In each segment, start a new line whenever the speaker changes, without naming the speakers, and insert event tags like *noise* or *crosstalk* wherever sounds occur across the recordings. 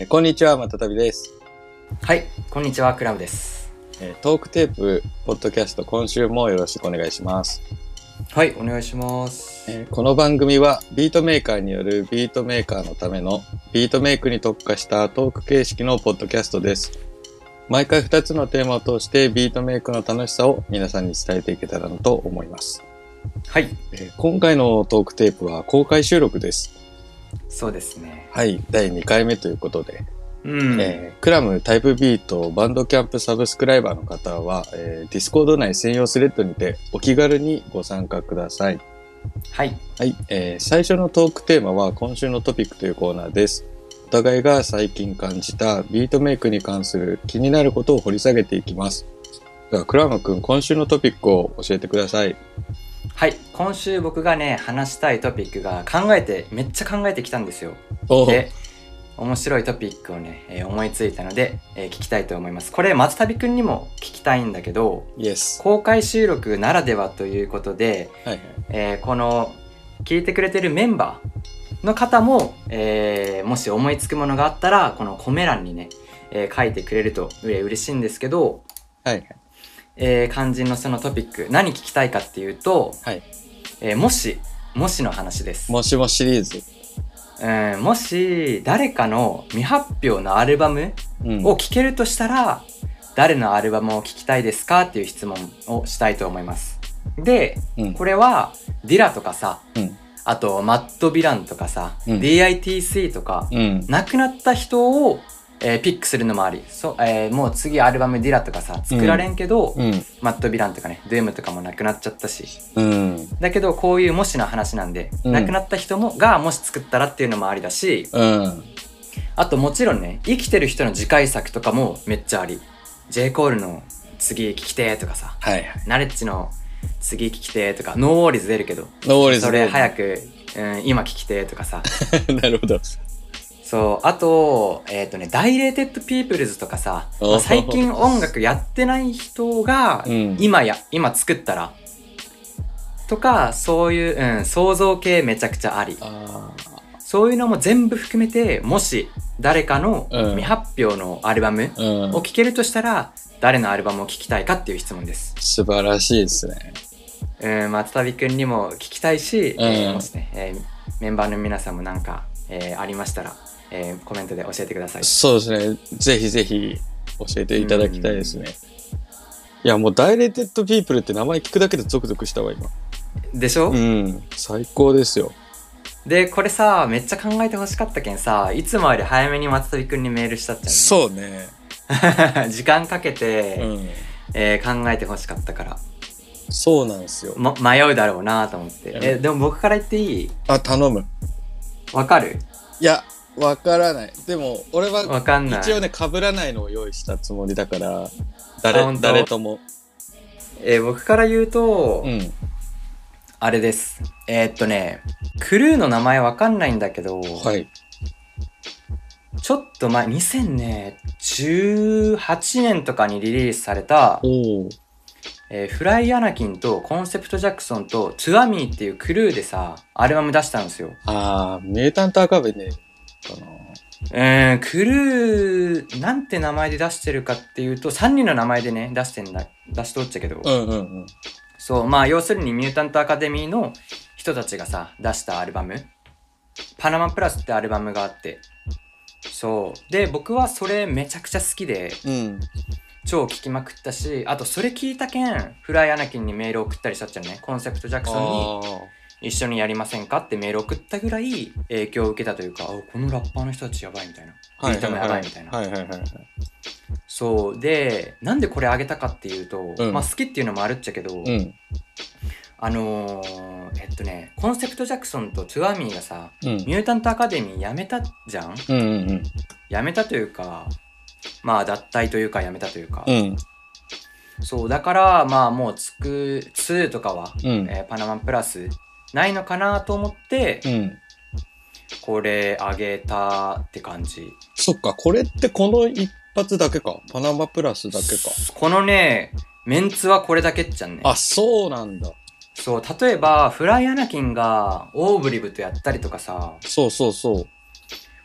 えこんにちは、またたびです。
はい、こんにちは、クラブです。
えトークテープ、ポッドキャスト、今週もよろしくお願いします。
はい、お願いします。
えこの番組は、ビートメーカーによるビートメーカーのための、ビートメイクに特化したトーク形式のポッドキャストです。毎回2つのテーマを通して、ビートメイクの楽しさを皆さんに伝えていけたらなと思います。
はい、
えー今回のトークテープは公開収録です。
そうですね。
はい、第2回目ということで、
うん。
えークラムタイプビートバンドキャンプサブスクライバーの方は、えーディスコード内専用スレッドにてお気軽にご参加ください。
はい、
はい、えー最初のトークテーマは今週のトピックというコーナーです。お互いが最近感じたビートメイクに関する気になることを掘り下げていきます。では、クラム君、今週のトピックを教えてください。
はい、今週僕がね、話したいトピックが考えて、めっちゃ考えてきたんですよ。
お
で、面白いトピックをね、えー思いついたので、えー聞きたいと思います。これ、松旅くんにも聞きたいんだけど、
イエス。
公開収録ならではということで、
はい。
えーこの聞いてくれてるメンバーの方も、えーもし思いつくものがあったらこのコメ欄にね、えー書いてくれるとうれ嬉しいんですけど、
はい。
えー肝心のそのトピック何聞きたいかっていうと、
はい
えーもしもしの話です
もしもシリーズ。
うんもし誰かの未発表のアルバム
うん
を聴けるとしたら、誰のアルバムを聴きたいですかっていう質問をしたいと思います。で、
うん
これはディラとかさ、
うん
あとマット・ヴィランとかさ、
うん
DITC とか、
うん。
亡くなった人を、えーピックするのもありそう、えーもう次アルバムディラとかさ作られんけど、
うん。
マット・ヴィランとかねドゥームとかも亡くなっちゃったし
うん。
だけどこういうもしの話なんで、
うん
亡くなった人もがもし作ったらっていうのもありだし
うん。
あともちろんね生きてる人の次回作とかもめっちゃあり J. コールの「次聞きて」とかさ
はいはい。
ナレッジの「次聞きて」とかノーウォーリーズ出るけど
ノーウォーリーズ
*laughs* それ早く、うん、今聞きてとかさ
*laughs* なるほど。
そうあとえっ、とね「ダイレーテッド・ピープルズ」とかさ、まあ
おー
最近音楽やってない人が
うん
今や今作ったらとかそういう、うん、想像系めちゃくちゃあり
あ
そういうのも全部含めてもし誰かの
うん
未発表のアルバム
あ、うん
を。聴けるとしたら誰のアルバムを聴きたいかっていう質問です。
素晴らしいですね。
うん、松旅くんにも聞きたいし、
うん
えーもしね、えーメンバーの皆さんもなんか、えーありましたら、えーコメントで教えてください。
そうですね。ぜひぜひ教えていただきたいですね。いや、もうダイレテッドピープルって名前聞くだけでゾクゾクしたわ、今。
でしょ、
うん。最高ですよ。
で、これさ、めっちゃ考えてほしかったけんさ、いつもより早めに松旅くんにメールしたっちゃ
そうね。
う。 *laughs* 時間かけて、
うん。
えー考えてほしかったから、
そうなんですよ。
ま、迷うだろうなと思って。
うん
えーでも僕から言っていい
あ、頼む。
わかる
いや、わからない。でも、俺は
わかんない。
一応ね、被らないのを用意したつもりだから、
あ
誰
本当
誰とも。
えー僕から言うと、
うん。
あれです。えーっとね、クルーの名前わかんないんだけど、
はい。
ちょっと前、2018年とかにリリースされた、
おお。
えーフライ・アナキンとコンセプト・ジャクソンとトゥアミーっていうクルーでさ、アルバム出したんですよ。
あー、ミュータントアカベね。かな。
うーん、クルー、なんて名前で出してるかっていうと、3人の名前でね、出してんだ、出しとっちゃけど、
うんうんうん。
そう、まあ、要するにミュータント・アカデミーの人たちがさ、出したアルバム、パナマプラスってアルバムがあって、そう。で、僕はそれめちゃくちゃ好きで、
うん。
超聞きまくったしあとそれ聞いたけんフライアナキンにメール送ったりしたっちゃうねコンセプトジャクソ
あー
ンに一緒にやりませんかってメール送ったぐらい影響を受けたというかあこのラッパーの人たちやばいみたいなビートもやばいみたいな
はいはいはいはい。
そうでなんでこれあげたかっていうと、
うん
まあ好きっていうのもあるっちゃけど、
うん。
あのー、えっとねコンセプトジャクソンとトゥアミーがさ
うん。
ミュータントアカデミー辞めたじゃん
うんうん
辞めたというかまあ脱退というか辞めたというか、
うん。うん。
そうだからまあもうつく2とかは
うん。
えーパナマプラスないのかなと思って、
うん。
これあげたって感じ
そっか、これってこの一発だけか。パナマプラスだけか。
このねメンツはこれだけっちゃんね
あ、そうなんだ。
そう例えばフライアナキンがオーブリブとやったりとかさ
そうそうそう。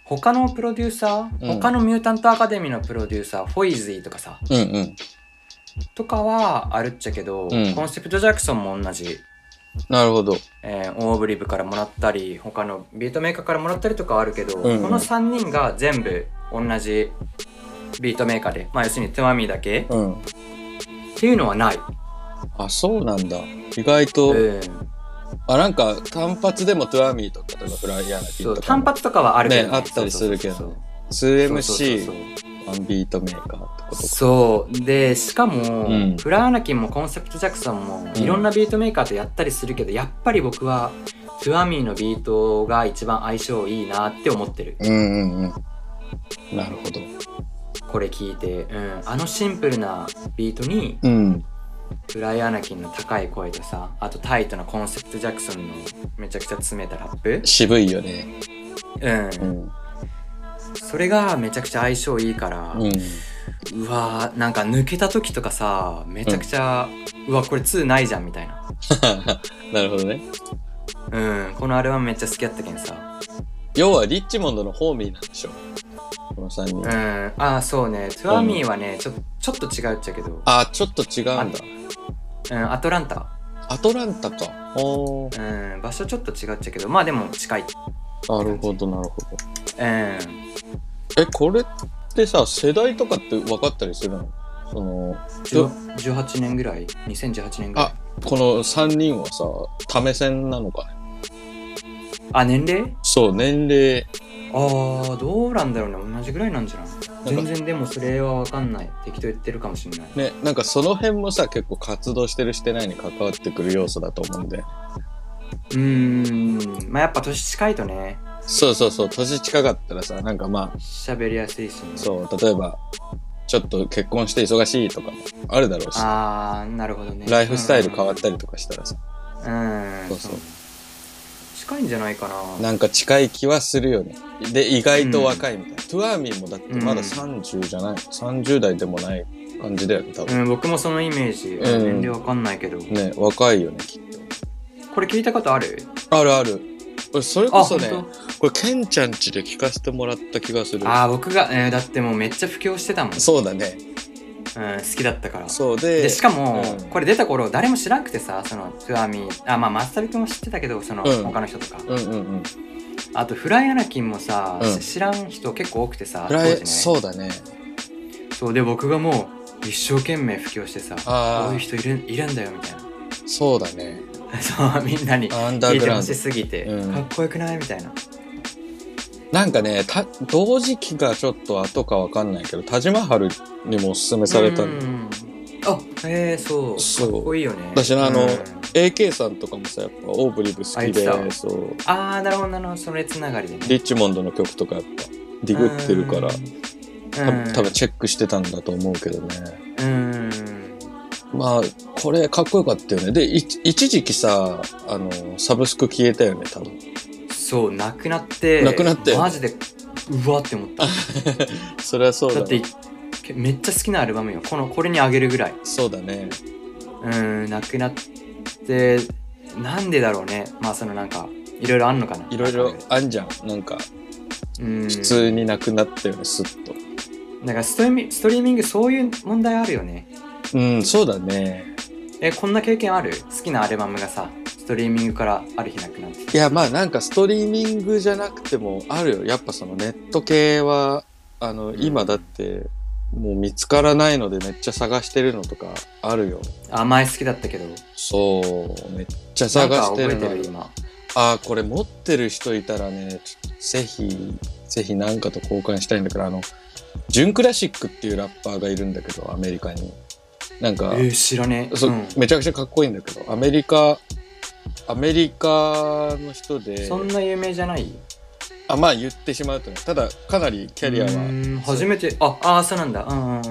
他のプロデューサー、
うん
他のミュータントアカデミーのプロデューサーフォイズイとかさ
うんうん。
とかはあるっちゃけど、
うん
コンセプトジャクソンも同じ、
なるほど。
えーオーブリブからもらったり他のビートメーカーからもらったりとかはあるけど、
うん
この3人が全部同じビートメーカーでまあ要するにトゥマミーだけ
うん。
っていうのはない、
あ、そうなんだ。意外と、
うん、
あ、なんか単発でもトゥアーミーとか、例えばフライヤーなピ
そ
ッ
う
とか
単
も、
発とかはあるけど、
ねあったりするけど
そうそうそうそう
2MC、ワンビートメーカーってことか。
そうでしかも、
うん
フラーナキンもコンセプト・ジャクソンも
うん
いろんなビートメーカーとやったりするけど、やっぱり僕はトゥアミーのビートが一番相性いいなって思ってる
うんうんうん。なるほど。
これ聞いて、うん、あのシンプルなビートに
うん。
フライアナキンの高い声とさあとタイトなコンセプト・ジャクソンのめちゃくちゃ詰めたラップ、
渋いよね。う
うん、
ん。
それがめちゃくちゃ相性いいから、
うん。 *laughs*
うわーなんか抜けた時とかさめちゃくちゃ、うわこれ2ないじゃんみたいな
なるほどね。
うんこのアルバムめっちゃ好きやったけんさ
要はリッチモンドのホーミーなんでしょこの3人。
うんああそうねトゥアミーはねちょちょっと違うっちゃけど
あ、ちょっと違うんだ。
うんアトランタ
アトランタか。おー
うん場所ちょっと違うっちゃけどまあでも近い
なるほど、なるほど。
うん
え、これってさ、世代とかって分かったりするのその、
18年ぐらい2018年ぐらい
あこの3人はさ、為戦なのかね。
あ年齢
そう、年齢。
ああどうなんだろうね同じぐらいなんじゃない
なん
全
か
然でもそれは分かんない適当言ってるかもしんない
ね、なんかその辺もさ、結構活動してるしてないに関わってくる要素だと思うんで。
うーんまあやっぱ年近いとね
そうそうそう、年近かったらさ、なんかまあ、
喋りやすいしね
そう、例えば、ちょっと結婚して忙しいとかもあるだろうし、
ああなるほどね
ライフスタイル変わったりとかしたらさ、
うん
そうそう
近いんじゃないかな
なんか近い気はするよね。で、意外と若いみたいな。トゥアーミーもだってまだ30じゃない、30代でもない感じだよね、多
う
分。
ん、僕もそのイメージ、
ん
年齢わかんないけど、
ね、若いよね、きっ
これ聞いたことある
と。あるある。俺、それ
あ
こそ
本
ね、
当
これ、ケンちゃんちで聞かせてもらった気がする。
あー僕が、えーだってもうめっちゃ布教してたもん、うん、好
そうだね。
きだったから
そうで、
でしかも、
うん
これ出た頃誰も知らなくてさそのツアーミーあまあ松旅君も知ってたけどその、
うん
他の人とか
うんうんうん。
あとフライアナキンもさ、
うん
知らん人結構多くてさ
フラ
当
イ、
時ね
そうだね。
そうで僕がもう一生懸命布教してさこ
あ
ういう
あ、
人いるいるんだよみたい
そうだね。
な *laughs* そうみんなに
アンダー
聞い
グ
て
ラウ
ほ
ンド
し。すぎて、
うん
かっこよくないみたいな
なんかね、た同時期がちょっと後かわかんないけど、田島春にもおすすめされた
う
の
んあへえそう
そう
かっこいいよね
私ねあの
うん
AK さんとかもさやっぱオーブリブ好
あ
き
言って
で
た
そう
ああなるほどなるほどそれつながりでね
リッチモンドの曲とかやっぱディグってるから多
うん
分多分チェックしてたんだと思うけどね
うん
まあこれかっこよかったよねでい一時期さあのサブスク消えたよね多分
そうなくなって
なくなったよね
マジでうわって思った
それはそうだ
だっ
わ
てけめっちゃ好きなアルバムよこのこれにあげるぐらい
そうだね
うんなくなってなんでだろうねまあそのなんかいろいろあんのかない
いろいろあんじゃんなんか
うん
普通になくなったよねスッと
なんかストリーミストリーミングそういう問題あるよね
うんそうだね
えこんな経験ある好きなアルバムがさストリーミングからある日なくなって
いやまあなんかストリーミングじゃなくてもあるよやっぱそのネット系はあの
ん
今だってもう見つからないのでめっちゃ探してるのとかあるよ
あ前好きだったけど
そうめっちゃ探して
な
る
んか
の
覚えてる
よ
今
ああこれ持ってる人いたらねちょっとぜひぜひなんかと交換したいんだけどあのジュンクラシックっていうラッパーがいるんだけどアメリカになんか、
えー、知らねえ、
そううんめちゃくちゃかっこいいんだけどアメリカアメリカの人で
そんな有名じゃない
あまあ言ってしまうとねただかなりキャリア
う
は
ーん初めてああーそうなんだうんうんうん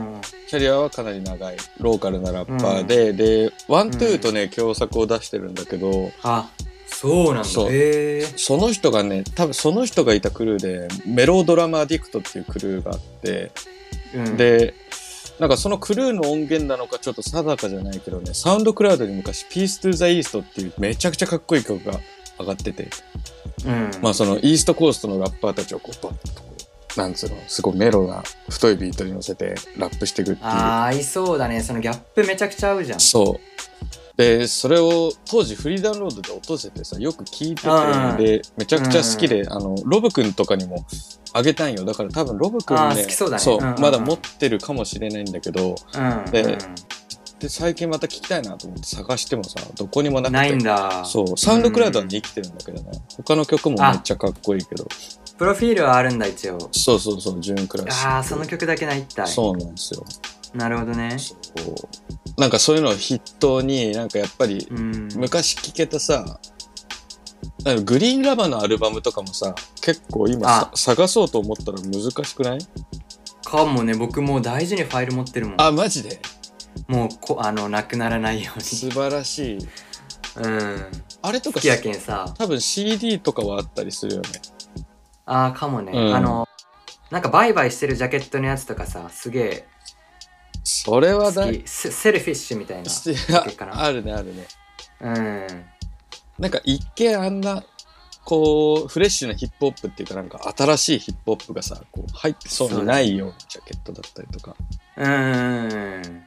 キャリアはかなり長いローカルなラッパーで、でワントゥーとね共作を出してるんだけど
あそうなんだ
そう
へえ
その人がね多分その人がいたクルーでメロドラマアディクトっていうクルーがあって、
うん、
でなんかそのクルーの音源なのかちょっと定かじゃないけどねサウンドクラウドに昔「ピース・トゥ・ザ・イースト」っていうめちゃくちゃかっこいい曲が上がってて、
うん、
まあそのイーストコーストのラッパーたちをこうバッとこなんつうの、すごいメロな太いビートに乗せてラップしていくっていう。
あー合いそうだねそのギャップめちゃくちゃ合うじゃん
そう。で、それを当時フリーダウンロードで落とせてさ、よく聞いてて、で、めちゃくちゃ好きで、あの、ロブくんとかにもあげたんよ。だから多分ロブくん
あ
ね、
ー好きそうだねうんうんうん
まだ持ってるかもしれないんだけど、
うん
で
うん
で、最近また聞きたいなと思って探してもさ、どこにもなくて。
ないんだ
そう、サウンドクラウドに生きてるんだけどね。他の曲もめっちゃかっこいいけど。
プロフィールはあるんだ一応
そうそうそう、ジューンクラス。
ああその曲だけないったい
そうなんですよ。
なるほどね
そうなんかそういうのを筆頭に、なんかやっぱり
うん
昔聴けたさあのグリーンラバーのアルバムとかもさ結構今さ探そうと思ったら難しくない
かもね僕もう大事にファイル持ってるもん
あマジで
もうこあのなくならないよう
素晴らしい
にうん
あれと
好
か
きやけんさ
多分 CD とかはあったりするよね
ああかもね、
うん
あのなんか売買してるジャケットのやつとかさすげえ
それ
好
はだ
きセセルフィッシュみたいな
して
好きかな
ああるねあるね
うん
なんか一見あんなこうフレッシュなヒップホップっていうかなんか新しいヒップホップがさこう入ってそうにないようなジャケットだったりとか
うん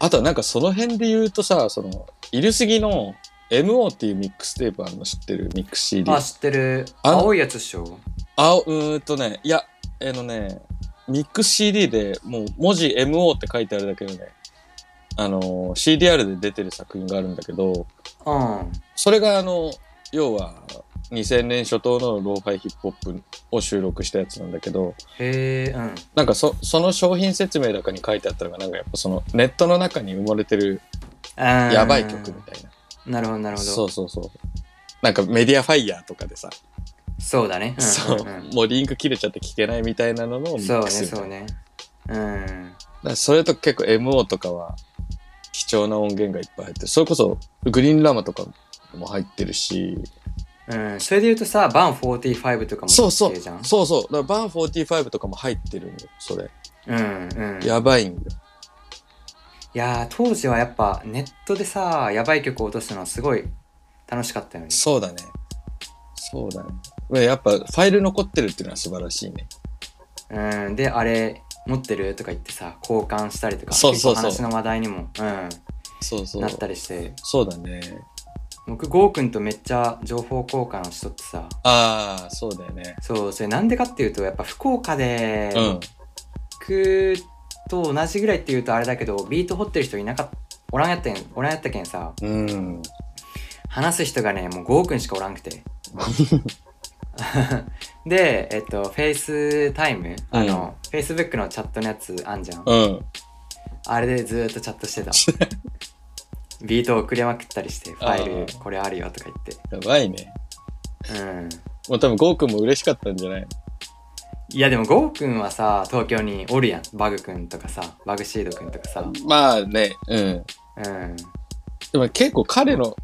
あとはなんかその辺で言うとさ、その、いるすぎの MO っていうミックステープあるの知ってるミックス CD。
あ知ってる
あ
青いやつでしょ
あ、うーんとね、いや、あのね、ミックス CD でもう文字 MO って書いてあるだけのね、あの、CDR で出てる作品があるんだけど、
うん
それがあの、要は、2000年初頭のローファイヒップホップを収録したやつなんだけど、
へえうん
なんかそその商品説明とかに書いてあったのが、なんかやっぱそのネットの中に埋もれてるや
や
ばい曲みたいな。
なるほどなるほど
そうそうそう。なんかメディアファイヤーとかでさ、
そうだね、うん
そう、
うんうん
もうリンク切れちゃって聞けないみたいなののミ
そ
ッ
う
ク
ね
ス。
そうねう
だ
ん
からそれと結構 MO とかは貴重な音源がいっぱい入ってる。それこそグリーンラマとかも入ってるし、
うん、それで言うとさ、バン45とかも
そうそう、
出てるじゃん
そうそう、だからバン45とかも入ってるんよ、それ。
うんうん。
やばいんよ。
いやー当時はやっぱネットでさやばい曲を落とすのはすごい楽しかったよね
そうだね。そうだね。やっぱファイル残ってるっていうのは素晴らしいね。
うんであれ持ってるとか言ってさ交換したりとか
そうそうそう
結構話の話題にも、
そう
う
そ
ん、
う。
なったりして
そうだね。
僕ゴーくんとめっちゃ情報交換をしとってさ
ああ、そうだよね。
そうそれなんでかっていうとやっぱ福岡で
うん。
僕と同じぐらいっていうとあれだけどビート掘ってる人いなかったおらんやったけんおらんやったけんさ
うん。
話す人がねもうゴーくんしかおらんく
*laughs*
てでえっとフェイスタイムあの、フェイスブックのチャットのやつあんじゃん、
うん。
あれでずーっとチャットしてた
*laughs*
ビート送りまくったりしてフ
あ
ァイル
ー
これあるよとか
やばいね。
言ってうん
もう多分、ゴーくんも嬉しかったんじゃない
いやでもゴーくんはさ東京におるやんバグくんとかさバグシードくんとかさ
まあね、うん。
うん
でも結構彼の、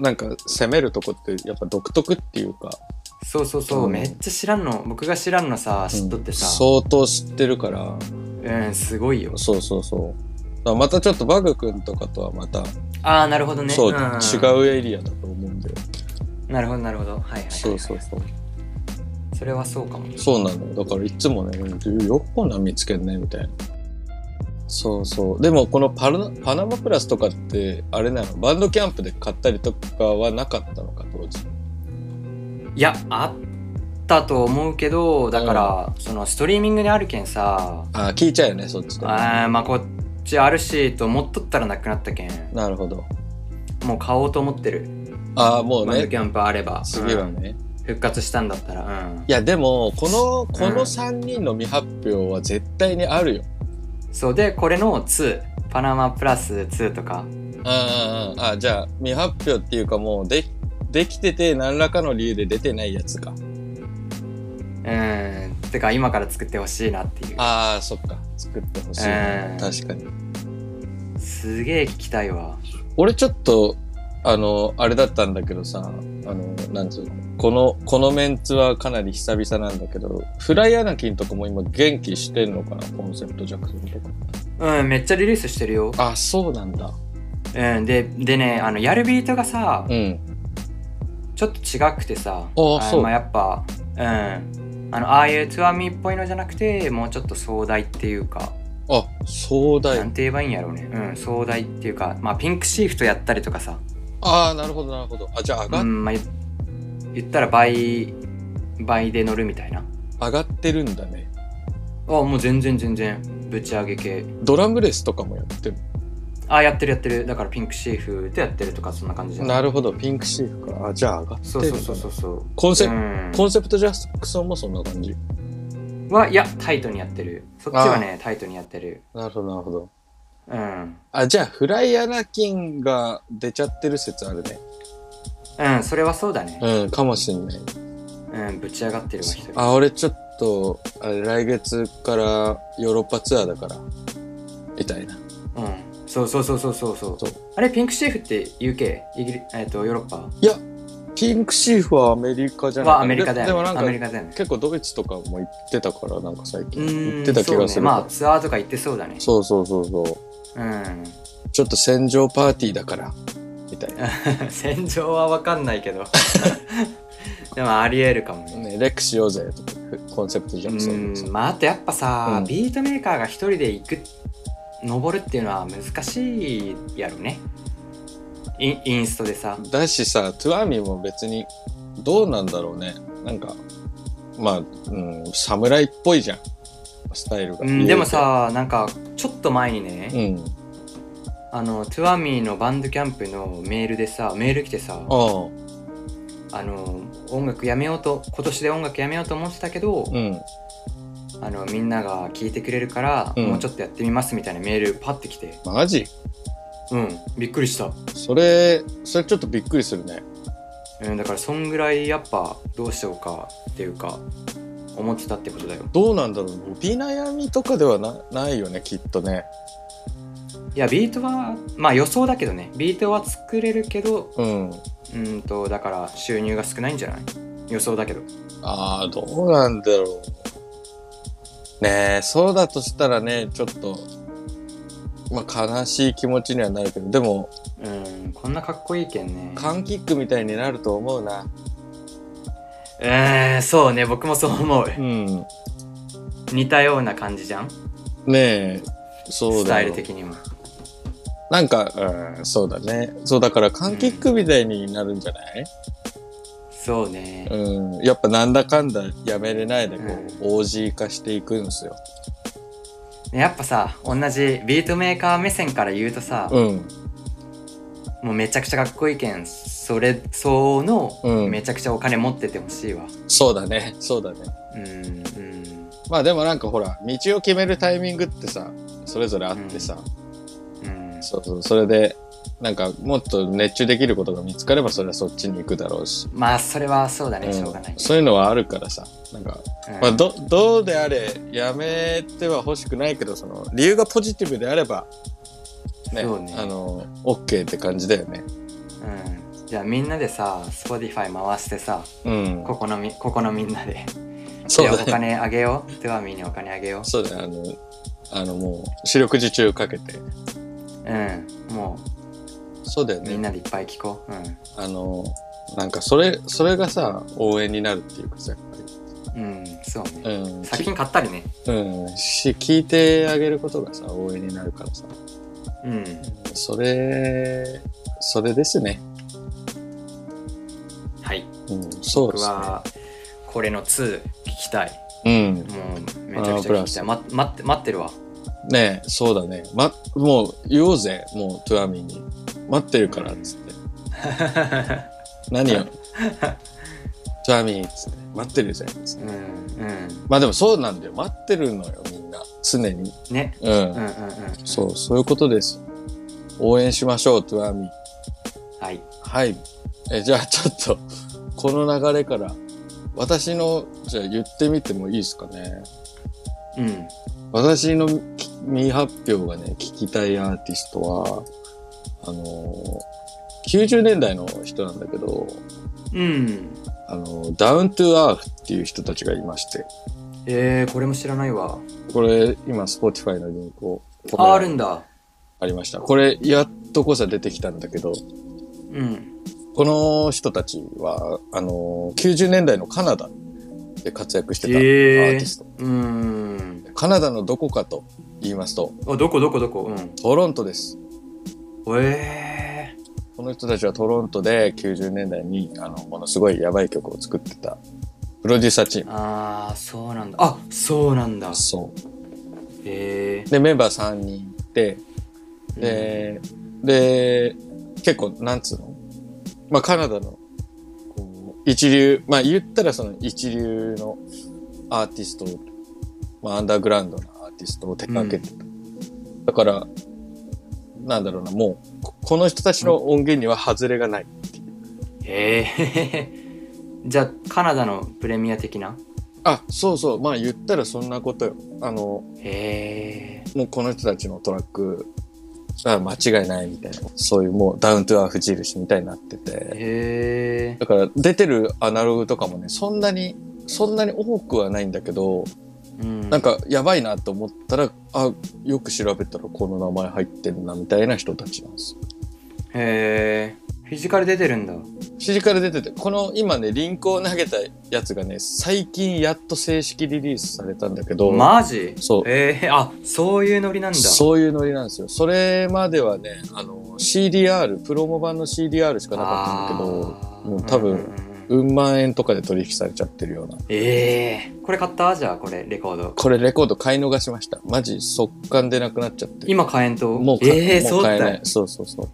なんか攻めるとこってやっぱ独特っていうか、
そうそうそう、
うん
めっちゃ知らんの僕が知らんのさ知っとってさ、
相当知ってるから、
うんすごいよ
そうそうそう。だからまたちょっとバグ君とかとはまた、
ああなるほどね
そう、
ん
違うエリアだと思うんで、
なるほどなるほどはいはい、はい、
そうそうそう。
それはそうかも
そうなのよ。だからいつもね、よくこんなん見つけんね、みたいな。そうそう。でもこのパナパナマプラスとかって、あれなの、バンドキャンプで買ったりとかはなかったのか、当時。
いやあったと思うけどだから、そのストリーミングにあるけんさ
あー、聞いちゃうよね、そっちで。
あーまあこっちあるしと思っとったらなくなったけん
なるほど。
もう買おうと思ってる
ああ、もう
バンド
ね、
キャンプあれば
次は
うん
ね。
復活したんだったらうん
いや、でも、この、こ
う
の
ん
3人の未発表は絶対にあるよ。
そうでこれの2パナマプラス2とか
ああ、ああ、じゃあ、未発表っていうかもう、で、できてて、何らかの理由で出てないやつか。
うんてか今から作ってほしいなっていう
ああ、そっか。作ってほしいな。
うん
確かに。
すげえ聞きたいわ
俺ちょっとあのあれだったんだけどさあのなんつうのこのこのメンツはかなり久々なんだけどフライアナキンとかも今元気してんのかなコンセプトジャクソンとか
うんめっちゃリリースしてるよ
あそうなんだ
うんででねあのやるビートがさ、
うん
ちょっと違くてさ
ああそう
まあやっぱうんあのああいうトゥアミっぽいのじゃなくてもうちょっと壮大っていうか
あ、壮
な
大。
んて言えばいいんやろうねうん壮大っていうかまあピンクシフトやったりとかさ
ああ、なるほど、なるほど。あ、じゃあ上が,、
うんまあ言言ったら倍倍で乗るみたいな
上がってるんだね。
あもう全然全然ぶち上げ系
ドラムレスとかもやってる。
あやってるやってるだからピンクシーフでやってるとかそんな感じじゃない
なるほど、ピンクシーフか。あ、じゃあ上がってる
そ
ん
う
だね
そうそうそうそう
コンセ
うん
コンセプトジャスクソンもそんな感じ。
はいやタイトにやってるそっちはねタイトにやってる
なるほど、なるほど。
うん
あ、じゃあ、フライアナキンが出ちゃってる説あるね。
うんそれはそうだね
うん、かもしんない。
うんぶち上がってるわ一人
あ、俺ちょっと、あれ、来月からヨーロッパツアーだから、みたいな。
うんそうそうそうそうそうそう
そう
あれピンクシーフって UK イギリ、えっとヨーロッパ
いや、ピンクシーフはアメリカじゃない
はアメリカだよ
で
ね
もなん
アメリ
か、
カだよね
結構ドイツとかも行ってたから、なんか最
う
近。
ん
行ってた気がす
そうね
る
まあツアーとか行ってそうだね
そうそうそうそう。
うん *laughs*
ちょっと戦場パーティーだから、みたいな。
戦場は分かんないけど *laughs* でもありえるかもね
ね、レックしようぜ、とか、コンセプトジャンクソン
うんまああとやっぱさ、
うん
ビートメーカーが一人で行く登るっていうのは難しいやろねインインストでさ
だしさ、トゥアミも別に、どうなんだろうね。なんか、まあ、うん、侍っぽいじゃん。スタイルが。
うんでも、さなんかちょっと前にね、
うん。
あのトゥアミーのバンドキャンプのメールでさメール来てさ
ああ、
あの音楽やめようと今年で音楽やめようと思ってたけど、
うん。
あのみんなが聞いてくれるから、
うん
もうちょっとやってみますみたいなメールパッて来て
マジ
うんびっくりした、
それ、それちょっとびっくりするね。
うん、だからそんぐらいやっぱどうしようかっていうか思ってたってことだよ
どうなんだろう伸び悩みとかではなないよねきっとね
いやビートはまあ予想だけどねビートは作れるけど
うん
うんとだから収入が少ないんじゃない予想だけど
ああどうなんだろうねえそうだとしたらねちょっとまあ悲しい気持ちにはなるけどでも
うんこんなかっこいいけんね
カンキックみたいになると思うな
えー、そうね僕もそう思う
うん
似たような感じじゃん
ねえそう
スタ
だ
イ
よ
ル的にも
なんか、うん、そうだねそうだからカンキックみたいになるんじゃない、
そうね
うんやっぱなんだかんだやめれないでこう、OG 化していくんですよ
やっぱさ同じビートメーカー目線から言うとさ、
うん
もうめちゃくちゃかっこいいけんそれ相応の
うん
めちゃくちゃお金持っててほしいわ
そうだねそうだね
うんうん
まあでもなんかほら道を決めるタイミングってさそれぞれあってさ、
うん
そうそうそれでなんかもっと熱中できることが見つかればそれはそっちに行くだろうし、
まあそれはそうだね、
うん
しょうがない、
そういうのはあるからさなんか、
うん
まあ、どどうであれやめては欲しくないけどその理由がポジティブであればね
そうね
あの OK って感じだよね
うんじゃあみんなでさ Spotify 回してさ
うん
ここのみここのみんなで
そう
いや
だ
お
ね
金あげよう手紙にお金あげよ
そうだねあのあのもう四六時中かけて
ううんも
そうだよ
うみん
ね
なでいっぱい聞こう
あのなんかそれそれがさ応援になるっていうかさやっぱり
うん、うん、そうね
うん、
作品買ったりね
うん、し聞いてあげることがさ応援になるからさ
うん
それそれですね、
はい
うん、そう
僕
です
はこれの2聞きたい
ねうん
もうめちゃくちゃ聞きたい、ま、待って待ってるわ *laughs*
ねえそうだね、ま、もう言おうぜもうトゥアミに待ってるからっつって、何よトゥアミっつって待ってるぜっつっ
う
て
んうん
まあでもそうなんだよ待ってるのよみんな常に
ね
うん、
うんうんうん
そうそういうことです応援しましょうトゥアミ
はい
はい。え、じゃあ *laughs* ちょっと、この流れから、私の、じゃあ言ってみてもいいですかね。
うん
私のき未発表がね、聞きたいアーティストは、あのー、90年代の人なんだけど、
うん
あの、ダウントゥアーフっていう人たちがいまして、
えー、これも知らないわ
これ、今、Spotify のリンクを、ここ
あ
に
あるんだ
ありました。これ、やっとこそ出てきたんだけど、
うん
この人たちは、あのー、90年代のカナダで活躍してたアー
え
ティスト。
ー、うーん
カナダのどこかと言いますと、
あどこどこどこうん
トロントです。
え
この人たちはトロントで90年代にあのものすごいやばい曲を作ってたプロデューサーチー
ー、
ム。
あーそうなんだあそうなんだ
そ
え
う。で、メンバー3人いて、
ー、
で、で、結構、なんつうのまあ、カナダの、こう、一流、まあ、言ったらその一流のアーティストをまあ、アンダーグラウンドなアーティストを手掛けてた。だから、なんだろうな、もう、ここの人たちの音源には外れがない。
えー、 *laughs* じゃあカナダのプレミア的な
あ、そうそう、まあ、言ったらそんなことよ。あの、
え
もうこの人たちのトラック、あ間違いないみたいな、そういうもうダウントゥアーフ印みたいになってて。
ー、えー、
だから出てるアナログとかもね、そんなに、そんなに多くはないんだけど、
うん
なんかやばいなと思ったら、あ、よく調べたらこの名前入ってるなみたいな人たちなんですよ。
へえフィジカル出てるんだ
指示から出てて、この今ね、リンクを投げたやつがね、最近やっと正式リリースされたんだけど、
マジ
そう
えー、あそういうノリなんだ
そういうノリなんですよ。それまではね、あの、CDR、プロモ版の CDR しかなかったんだけど、
あー
もう多分
んんうん
うん万円とかで取引されちゃってるような。
えー、これ買ったじゃあこれレコード
これレコード買い逃しました。マジ速乾でなくなっちゃって。
今買えんと
もうか
えー、
も
そううだ
買え
った
ない。そうそうそう。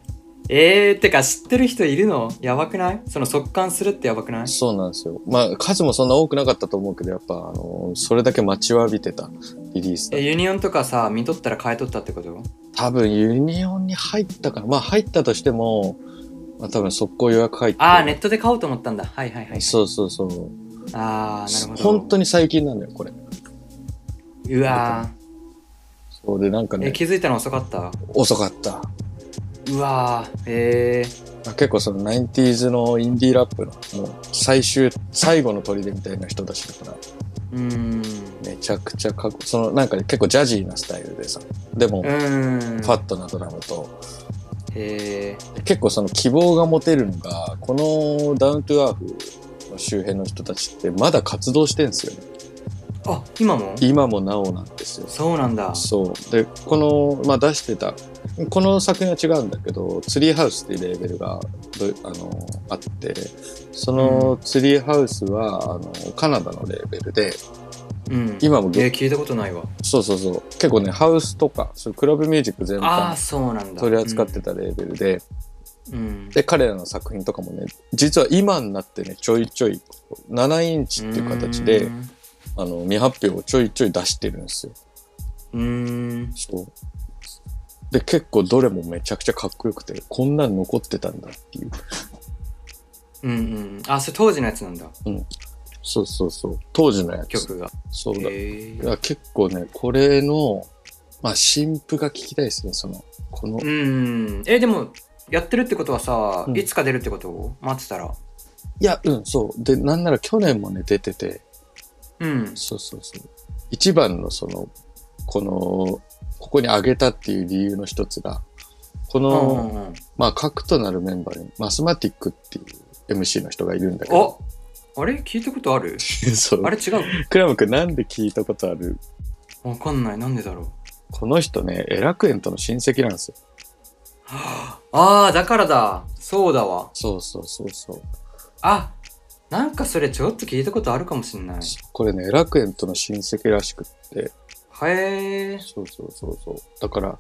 えー、てか知ってる人いるのやばくないその速乾するってやばくない
そうなんですよ。まあ、数もそんな多くなかったと思うけど、やっぱ、あの、それだけ待ちわびてたリリースだ
え。ユニオンとかさ見とったら買いとったってこと
多分、ユニオンに入ったから、まあ、入ったとしても、まあ、多分、速攻予約入って。
ああネットで買おうと思ったんだはいはいはい
そうそうそう。
ああなるほど
本当に最近なんだよ、これ。
うわ
そうで、なんか
ーえ
ね、
気づいたの遅かった
遅かった。
うわーえー、
まあ結構その 90s のインディーラップの、もう、最終、最後の砦みたいな人たちだから、
うーん
めちゃくちゃかっこ、その、なんかね、結構ジャジーなスタイルでさ、でも、
う
フ
ーん
ァットなドラムと、
え
結構その希望が持てるのが、このダウントゥアーフの周辺の人たちってまだ活動してんですよね。
ー、あ今も
今もなおなんですよ。
そうなんだ
そう。で、この、まあ出してた、この作品は違うんだけど、ツリーハウスっていうレーベルが、どあの、あって、そのツリーハウスは、あの、カナダのレーベルで、
うん
今も
え
げ
ー、聞いたことないわ
そうそうそう、結構ね、ハウスとか、そういうクラブミュージック全
ああ
般
そうなんだ
取り扱ってたレーベルで、
うん、うん
で、彼らの作品とかもね、実は今になってね、ちょいちょい、7インチっていう形で、
う
あの、未発表をちょいちょい出してるんですよ。
ーん
そう。で、結構どれもめちゃくちゃかっこよくて、こんなん残ってたんだっていう。
うんうんあそれ当時のやつなんだ
そうそうそう。当時のやつ。
曲が
そうだ。
え
いや結構ね、これの、まあ、新譜が聞きたいですね、その、この
う、んえでもやってるってことはさ、
うん
いつか出るってことを待ってたら
いや、うん、そう。で、なんなら去年もね、出てて、
うん
そうそうそう。一番のその、この、ここに挙げたっていう理由の一つが、こ
うんう
の、
んうん
まあ、核となるメンバーに、マスマティックっていう MC の人がいるんだけど、
ああれ聞いたことある
*laughs* そう
あ。れ違う
クラム君なんで聞いたことある
わかんないなんでだろう
この人ね、エラクエントの親戚なんですよ。
ああだからだそうだわ
そうそうそうそう。
あなんかそれちょっと聞いたことあるかもしんない
これね、エラクエントの親戚らしくって、
へえ
そうそうそうそう。だから、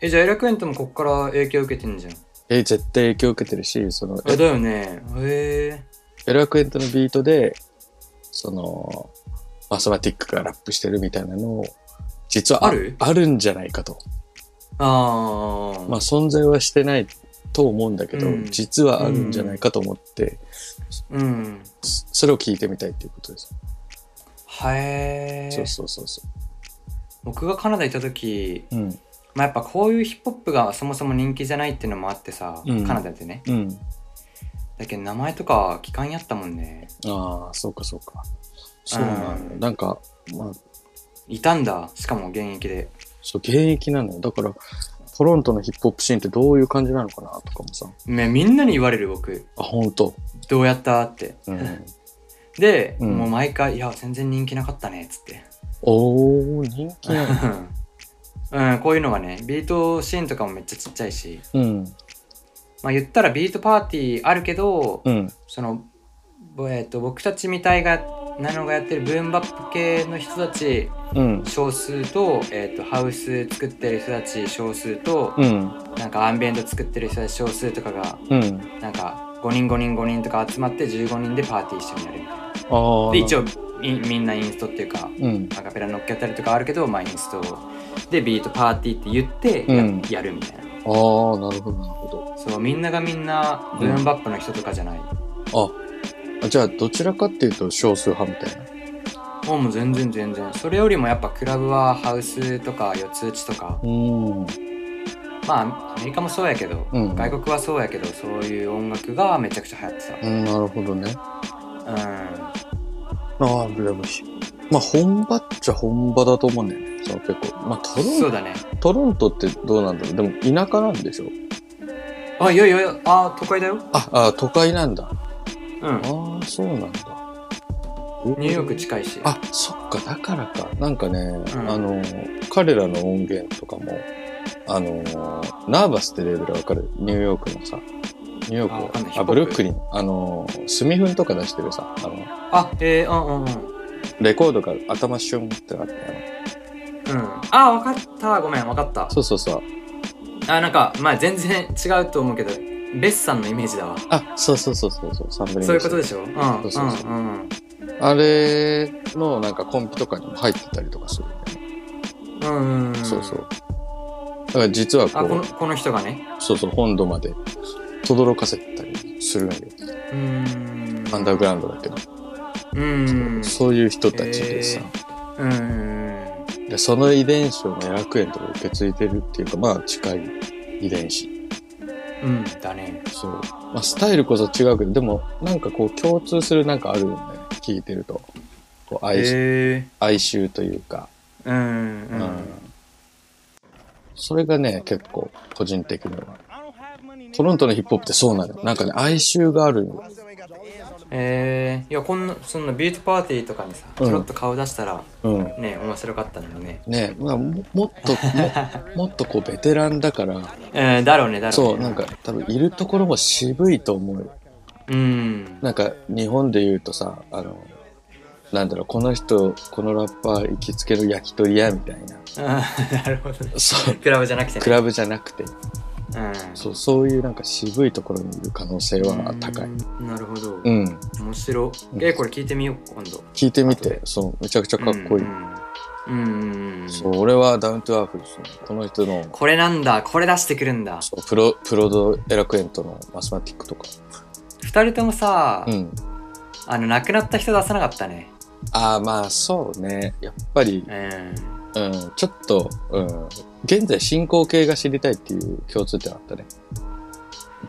えじゃあエラクエントもこっから影響受けてんじゃん
え、絶対影響受けてるし、その、
えだよねへ
エラクエントのビートで、その、マスマティックがラップしてるみたいなのを、実は
ある
あるんじゃないかと。
ーああ
まあ存在はしてないと思うんだけど、
うん
実はあるんじゃないかと思って、
うん
そそれを聞いてみたいっていうことです。
はえ
そうそうそうそ
僕がカナダ行った時、
う。うん。
まあ、やっぱこういうヒップホップがそもそも人気じゃないっていうのもあってさ、
うん
カナダでね
うん。
だけど名前とか聞かんやったもんね
ああ、そうかそうか。そうなんだ
う
よ。
ん
なんか、まあ、
いたんだしかも現役で
そう、現役なのよ。だから、トロントのヒップホップシーンってどういう感じなのかなとかもさ。
めみんなに言われる僕
あ、ほんと。
どうやったって、
うん。
*laughs* で、
うん
もう毎回「いや全然人気なかったね」っつって、 *laughs*
おー、人気なの。
うん、こういうのがねビートシーンとかもめっちゃちっちゃいし、
*laughs* うん。
まあ、言ったらビートパーティーあるけど、
うん。
その、ぼえっと僕たちみたいがなのがやってるブームバップ系の人たち
うん。
少数と,、えっとハウス作ってる人たち少数と、
うん。
なんかアンビエント作ってる人たち少数とかが
うん。
なんか5人5人5人とか集まって15人でパーティー一緒にやるみたいな
あー。
で一応いみんなインストっていうか
うん。
アカペラ乗っけたりとかあるけど、まあ、インストでビートパーティーって言ってや,、
うん
やるみたいな
あー、なるほど、なるほ
そうみんながみんなブームバップの人とかじゃない、
ど。あ、あじゃあ、どちらかっていうと少数派みたいな。
もうもう全然全然それよりもやっぱクラブはハウスとか四つ打ちとか
うん。
まあアメリカもそうやけど、
うん
外国はそうやけどそういう音楽がめちゃくちゃ流行って
うん、なるほどね。
たうん
ああ、でもひ、まあ、本場っちゃ本場だと思うんだよね。その結構。まあ、ト
そ
ロ
う
ン、
だね
トロントってどうなんだろう。でも、田舎なんでしょ
あいやいやいやあ都会だよ
あ、あ都会なんだ。
うん
ああ、そうなんだ。
ニューヨーク近いし
あ、そっか、だからか。なんかね、
ん
あの、彼らの音源とかも、あの、ナーバスってレーベルわかるニューヨークのさ、ニューヨ
あわ
ー
かんな
ク、
いヒ
あ、
ップホ
ブ
ップ
ルックリン、あの、スミフンとか出してるさ、あの、
あえー、うんうんうん
レコードが頭シュンってなったよ。
うん、あ分かったごめん分かった
そうそうそう。
あなんかまあ全然違うと思うけどベスさんのイメージだわ
あ、そうそうそうそうそう、サンプリング
そういうこと
して
でしょうん
そうそうそう
うんうん
あれのなんかコンピとかにも入ってたりとかするよね。
うんうん
そうそう。だから実はこ
あこの
う、
この人がね
そうそう、本土まで轟かせたりするんよ。
うん
アンダーグラウンドだけど。
うん
そういう人たちでさ、
うんうん
でその遺伝子をね、楽園とか受け継いでるっていうか、まあ近い遺伝子。
うんだね
そう。まあスタイルこそ違うけど、でもなんかこう共通するなんかあるんだよね。聞いてると。こう哀,、
へえ
哀愁というか。
うんう
うん
ん
それがね、結構個人的には。トロントのヒップホップってそうなのよ。なんかね、哀愁があるの。
えー、いやこんなそんなビートパーティーとかにさち
うん
ょろっと顔出したら、
うん。
ね面白かったんだよね
ねまあ、ももっとも、もっとこうベテランだから、
*laughs* うんだろうねだろうね
そう、なんか多分いるところも渋いと思うよ。
うん
なんか日本で言うとさ、あの、なんだろう、この人、このラッパー行きつける焼き鳥屋みたいな。
うんなるほどね
そう、
クラブじゃなくてね
クラブじゃなくて、
うん
そう、そういうなんか渋いところにいる可能性は高い。
うんなるほど、
うん。
面白
うん
えこれ聞いてみよう今度
聞いてみて、そう、めちゃくちゃかっこいい。
うんうん、うんうん
そう、俺はダウントゥアーフですね。この人の、
これなんだこれ出してくるんだ
そうプロ、プロドエラクエントのマスマティックとか。
二人ともさ、
うん。
あの亡くなった人出さなかったね
ああ、まあそうね。やっぱり、
うん
うん、ちょっと、うん、現在進行形が知りたいっていう共通点あったね。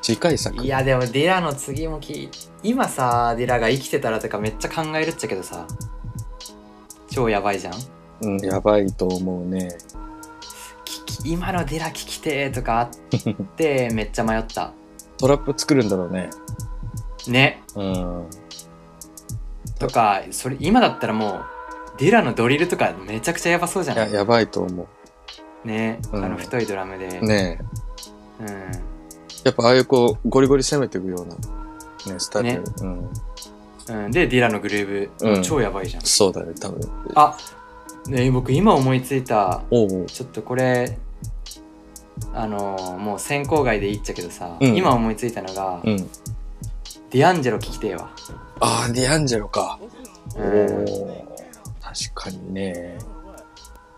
次回作。
いやでもディラの次もき今さディラが生きてたらとかめっちゃ考えるっちゃけどさ超やばいじゃん
うん、やばいと思うね。
聞き今のディラ聞きてーとかあって
*laughs*
めっちゃ迷った
トラップ作るんだろうね。
ね
うん。
とかそれ今だったらもうディラのドリルとかめちゃくちゃやばそうじゃ
い
な
や、
い
やばいと思
ね、
うん
あの太いドラムで、
う。ねえ。
う
やっぱああいうこう、ゴリゴリ攻めていくような、ね、スタイル。
ね
うん。
んうん、でディラのグルーブ、
うん
超やばいじゃん
そうだね、多分。
あね僕今思いついた
おうおう。
ちょっとこれあのーもう選考外でいいっちゃけどさ、
うん
今思いついたのが、
うん。
ディアンジェロ聞きてえわ
ああ、ディアンジェロか。お
う
お。
ん
確かにね。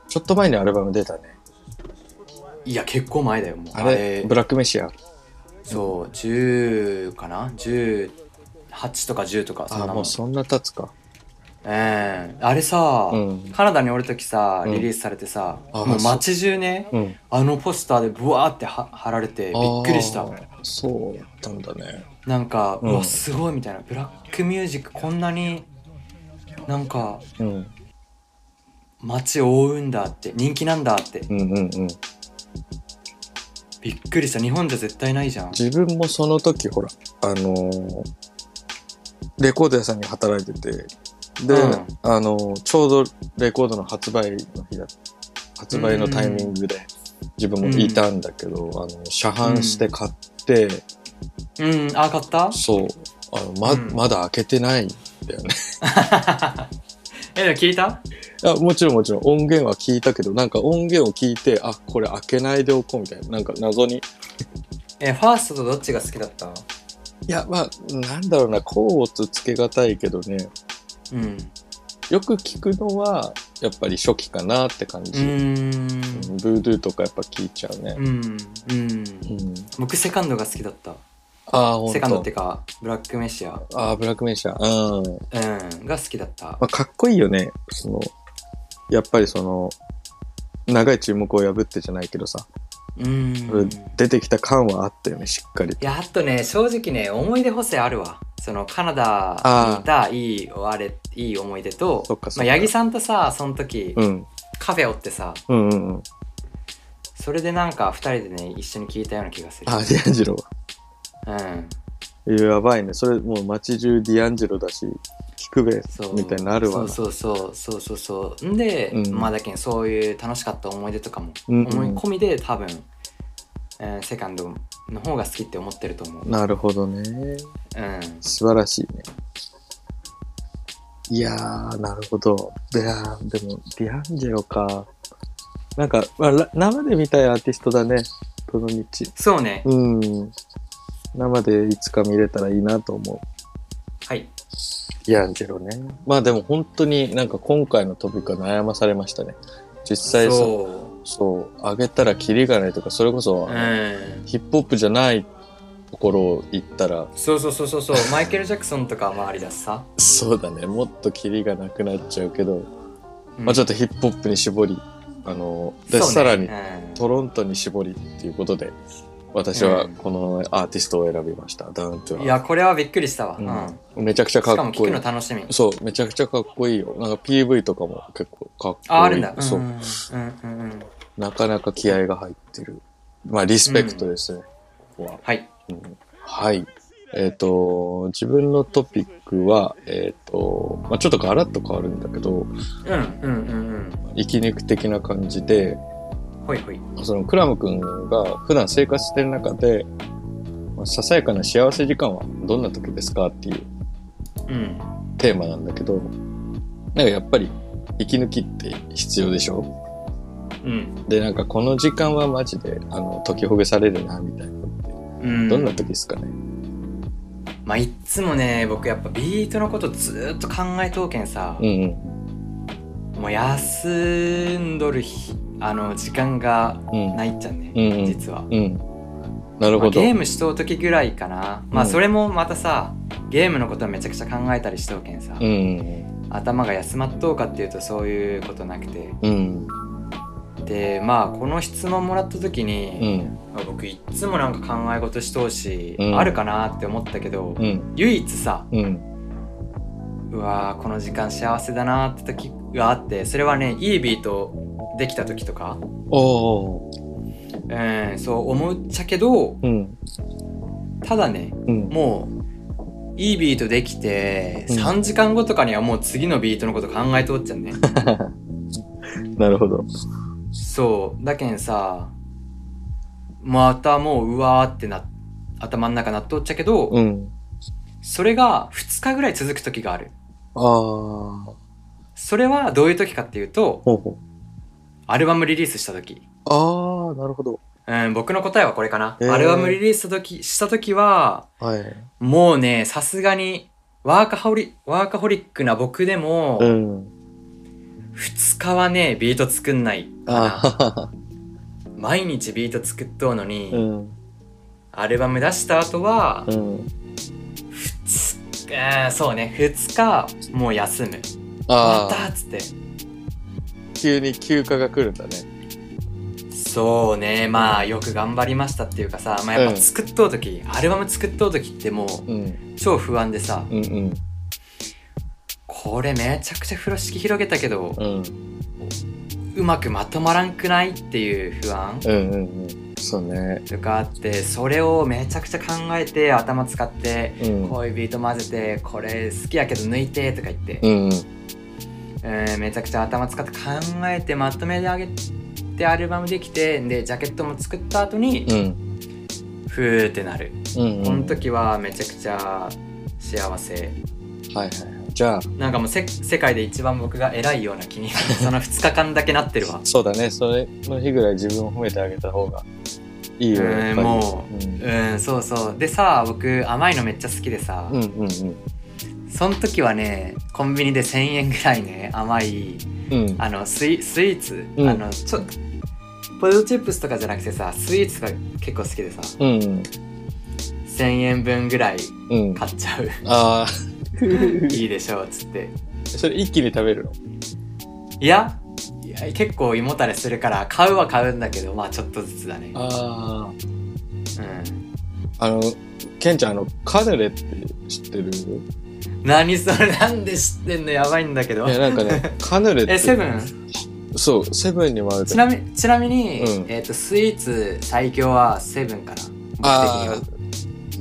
ちょっと前にアルバム出たね。
いや結構前だよもう
あれ、ブラックメシア。
そう10かな18とか10とかそん
あ
な
あ、
も
も
ん
うそんな経つか。
ええあれさ、
うん
カナダにおる時さ
うん
リリースされてさ、
あ
もう街中ね
うん。
あのポスターでブワーっては貼られてびっくりした
あー。そうだったんだね。
なんか、
う
うんわすごいみたいなブラックミュージックこんなになんか
うん。
街を覆うんだって人気なんだって
うんうんうん。
びっくりした日本じゃ絶対ないじゃん
自分もその時、ほら、あのーレコード屋さんに働いてて、で、
うん
あの、ちょうどレコードの発売の日だ発売のタイミングで、自分もいたんだけど、あの、車販して買って、
うん、あ、買った *laughs*
そう、あの、ま、
うん
まだ開けてないんだよね。
え、でも聞いた
あもちろんもちろん音源は聞いたけど、なんか音源を聞いて、あ、これ開けないでおこうみたいな、なんか謎に。
え、ファーストとどっちが好きだった
いや、まあ、なんだろうな、こうつつけがたいけどね、
うん。
よく聞くのは、やっぱり初期かなって感
う
じ。
ーん。
ブードゥーとかやっぱ聞いちゃうね。
うん。うん。
うん。
僕、セカンドが好きだった。
ああ、ほん
セカンドっ
と
て。か、ブラックメシア、
ああ、ブラックメンシャー。うん。
うん、が好きだった
ま。あ、かっこいいよね。その、やっぱりその、長い注目を破ってじゃないけどさ、
うん。
出てきた感はあったよね、しっかり。
いやあとね正直ね思い出補正あるわそのカナダにいたいいあれいい思い出と
そっかそっ
まあ、
か
八木さんとさその時、
うん。
カフェおってさ
うんうんうん。
それでなんか二人でね一緒に聞いたような気がする
ああ、ディアンジロ
うん
は。やばいね。それもう街中ディアンジロだし、キクベ
そう
みたいになるわな。
そうそうそうそうそうそうんで、
うん
まあだけどそういう楽しかった思い出とかも
うんうん
思い込みで多分、うん、セカンドの方が好きって思ってると思う
なるほどね。
うん
素晴らしいね。いやー、なるほど。で、あーでも、ディアンジェロか。なんか、まあら生で見たいアーティストだね。どの道。
そうね、
うん。生でいつか見れたらいいなと思う。
はい
ディアンジェロね。まあでも本当になんか今回のトピックは悩まされましたね。実際そう、
そ
そう、上げたらキリがないとか、それこそ、
ううん
ヒップホップじゃないところを行ったら、
そうそうそうそ
*laughs*
うそうマイケル・ジャクソンとか周りだしさ、
そうだね、もっとキリがなくなっちゃうけど、
うん
まあ、ちょっとヒップホップに絞り、あの、で、
そうね
さらに
うん
トロントに絞りっていうことで、私はこのアーティストを選びました、ダウントゥ
い
ー
やこれはびっくりしたわ、うん
うん。めちゃくちゃ
し
か
かも
っこい
聞く
い
の。楽しみ
そう、めちゃくちゃかっこいいよ。なんか PV とかも結構かっこいい。
ああるんだうん
そう。
うんうんうん
なかなか気合が入ってる。まあ、リスペクトですね。ここは
はい
うんはい。えっ、と、自分のトピックは、えっ、と、まあ、ちょっとガラッと変わるんだけど、
うんうんうん
生き抜く的な感じで、
うんほいほい
そのクラム君が普段生活してる中で、まあささやかな幸せ時間はどんな時ですかっていう
うん
テーマなんだけど、なんかやっぱり息抜きって必要でしょ
うん
で、なんかこの時間はマジで、あの、解きほぐされるな、みたいな。
うん
どんな時ですかね。
まあいっつもね僕やっぱビートのことずーっと考えとうけんさ、
うんうん。
もう休んどる日あの時間が
うん。
ないっちゃね、
うんうん
実は、
うん。なる
まあ
ほど。
ゲームしとう時ぐらいかな、まあ
うん
それもまたさゲームのことめちゃくちゃ考えたりしとうけんさ、
うん。
頭が休まっとうかっていうとそういうことなくて
うん。
でまあこの質問もらった時
う
に、
ん。
まあ僕いっつもなんか考え事しとうし、
うん
あるかなって思ったけど、
うん。
唯一さ
うん。
うわーこの時間幸せだなって時があってそれはねいいビートできた時とか、
おー。
うん、そう思っちゃけど
うん。
ただね
うん。
もういいビートできて、
うん
3時間後とかにはもう次のビートのこと考えとっち
*laughs*
ゃうね
*laughs* なるほど。
そうだけんさまたもううわーってな頭の中なっとっちゃけど、
うん。
それが2日ぐらい続く時がある
あー。ほ
それはどういう時かっていうと
うほう。
アルバムリリースした時
あー、なるほど。
うん、僕の答えはこれかな。
へー
アルバムリリースした時した時は、
はい。
もうね、さすがに、ワーカホリ、ワーカホリックな僕でも、
うん。
2日はね、ビート作んないかな。
あ
毎日ビート作っとうのに、
ー。うん。
アルバム出した後は、
うん。
2日、うんそうね、2日、もう休む。
あ
また
あ、
っつって。
急に休暇が来るんだね。
そうね、まあ、よく頑張りましたっていうかさ、まあやっぱ作っとう時、アルバム作っとう時ってもう、
うん。
超不安でさ、
うんうん。
これめちゃくちゃ風呂敷広げたけど、
うん。
うまくまとまらんくないっていう不安
うんうんうん。そうね。
とかあってそれをめちゃくちゃ考えて頭使って
うん。
こういうビート混ぜてこれ好きやけど抜いてとか言って、
うん。
えーめちゃくちゃ頭使って考えてまとめてあげてアルバムできてでジャケットも作った後に、
うん。
ふーってなる、
うん。
この時はめちゃくちゃ幸せ
はいはいはい。じゃあ、
なんかもうせ世界で一番僕が偉いような気にその2日間だけなってるわ
そうだね。それの日ぐらい自分を褒めてあげた方がいいよ。
うん
やっぱり
も
うん。
うんそうそうでさ僕甘いのめっちゃ好きでさ、
うんうん
その時はねコンビニで1,000円ぐらいね甘い
うん。うん。
あのスイスイーツ、
うん
あのちょポテトチップスとかじゃなくてさスイーツが結構好きでさ
うん。
1,000円分ぐらい
うん。
買っち
*laughs*
ゃう
ああ、
いいでしょうっつって
それ一気に食べるの
いやいや結構胃もたれするから買うは買うんだけどまあちょっとずつだね
あ
うん
あ。あの、ケンちゃん、あの、カヌレって知ってる
何それなんで知ってんのやばいんだけど
いや、なんか
*laughs*
ね、カヌレって。
えセブン
そう、セブンにもあるけ
ち
ど
なみちなみに、
うん
えー、とスイーツ最強はセブンかな僕的には
あ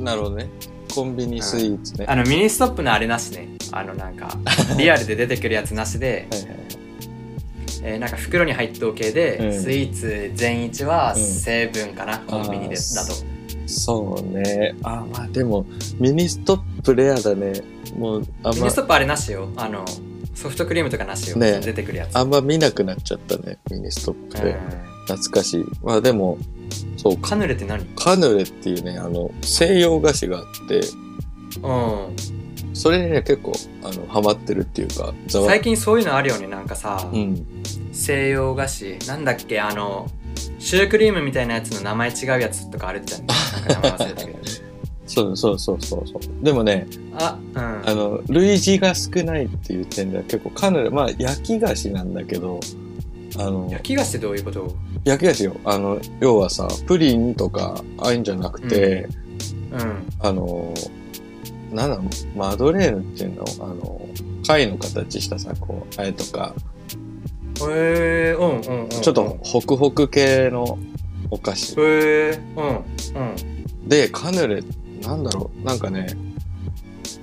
あ、なるほどね。コンビニスイーツね。
*laughs* あのミニストップのあれなしねあのなん
*laughs*
かリアルで出てくるやつなしで、
はいはい
えーなんか袋に入ったお系で、
うん
スイーツ全一は
うん
成分かな、コンビニで
あー
だと
そうね。あまあでも、ミニストップレアだね。もう、あん
ミ
ま
ニス、トップあれなしよあのソフトクリームとかなしよ、
ねえ
出てくるやつ
あんま見なくなっちゃったね。ミニストップレア。
うん
懐かしい。まあでも、そう、
カヌレって何
カヌレっていうね、あの、西洋菓子があって、
うん
それにね、結構、あの、ハマってるっていうか、ざ
最近そういうのあるよねなんかさ、
うん。
西洋菓子なんだっけあのシュークリームみたいなやつの名前違うやつとかある
*laughs*
じゃん、ね、なんか名前忘れたけど
そうそうそうそうそう。でもね、
あうん
あの、類似が少ないっていう点では結構カヌレ、まあ焼き菓子なんだけど、あの、
焼き菓子ってどういうこと
焼き菓子よ。あの、要はさ、プリンとか、ああいうんじゃなくて、
うん
あの、なんだろう、マドレーヌっていうのあの、貝の形したさ、こう、あれとか、
へえうんうん、うん、
ちょっとホクホク系のお菓子。
へえうんうん
で、カヌレ、なんだろう、なんかね、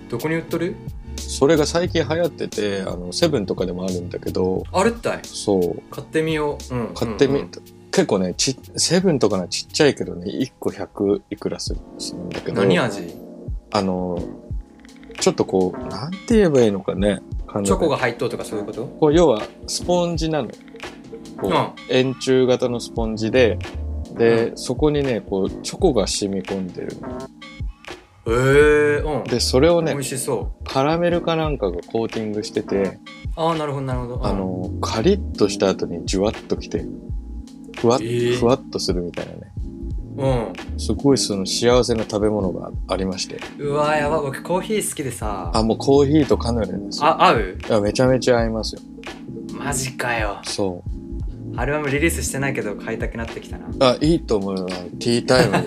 どこに売っとる
それが最近流行ってて、あの、セブンとかでもあるんだけど、
あるったい
そう、
買ってみよう、うん、
買ってみ、
うん
結構ね、ち、セブンとかなちっちゃいけどね、1個100いくらするするんだけど、
何味
あの、ちょっとこう、なんて言えばいいのかね、感
チョコが入っとうとかそういうこと
こう、要は、スポンジなの。こう、
うん
円柱型のスポンジで、で、そこにね、こう、チョコが染み込んでる。
へえうん
で、それを
美
ね
味、しそう
カラメルかなんかがコーティングしてて、
ああなるほどなるほど
あの、カリッとした後にジュワッときて、ふわっ、
えー
ふわっとするみたいなね。
うん
すごいその幸せな食べ物がありまして。
うわやばい僕コーヒー好きでさ
あ、もうコーヒーとカヌレですよ。
あ合う
いや、めちゃめちゃ合いますよ。
マジかよ
そ
アルバムリリースしてないけど買いたくなってきたな
う。あ、いいと思うよ。ティータイ
*laughs*
ムに。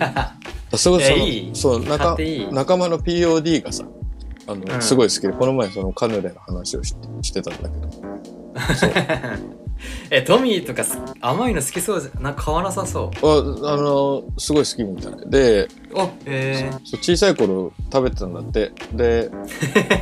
あすごい、
いや
その、
いい
そう、
買
仲
っていい
仲間の POD がさ、あの、
うん
すごい好きで、この前そのカヌレの話をしてしてたんだけど。
えトミーとかす甘いの好きそうじゃなんか買わなさそ
ああの、すごい好きみたい。で、
うあへえ
そう小さい頃食べてたんだって。で、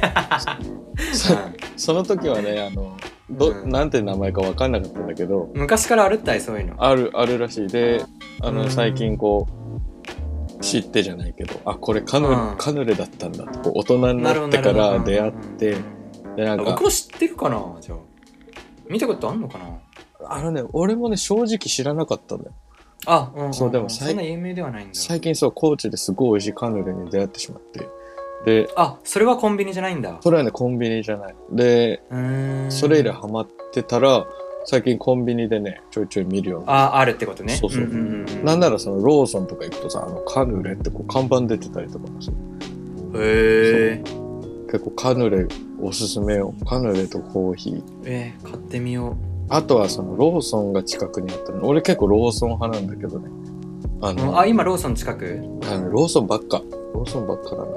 *laughs* そその時はね、あの、ど、
うん
なんて名前かわかんなかったんだけど、
昔からあるったいそういうの
ある、あるらしい。で、あ
う
の、
ん
最近こう、知ってじゃないけど、あ、これカヌレ、
うん
カヌレだったんだって、こう大人になって
な
か
るほどなる
ら
ほど
出会って、で、なんか
僕、も知ってるかなじゃあ見たことあんのかな
あのね、俺もね、正直知らなかったんだよ。
あうんんん
そうでも
そんな有名ではないんだ
最近そう、高知ですごい美味しいカヌレに出会ってしまって。で、
あそれはコンビニじゃないんだ
それはね、コンビニじゃない。で、
うーん
それ以来ハマってたら、最近コンビニでね、ちょいちょい見るようになっ
ああるってことね
そうそうん
んん
た。なんならそのローソンとか行くとさ、あのカヌレってこう看板出てたりとかもする。
へえ
結構カヌレおすすめよ。カヌレとコーヒー。
えー買ってみよう
あとはそのローソンが近くにあったの。俺結構ローソン派なんだけどね。あ
う
の、
んあ今ローソン近く
あのローソンばっか。ローソンばっかだね。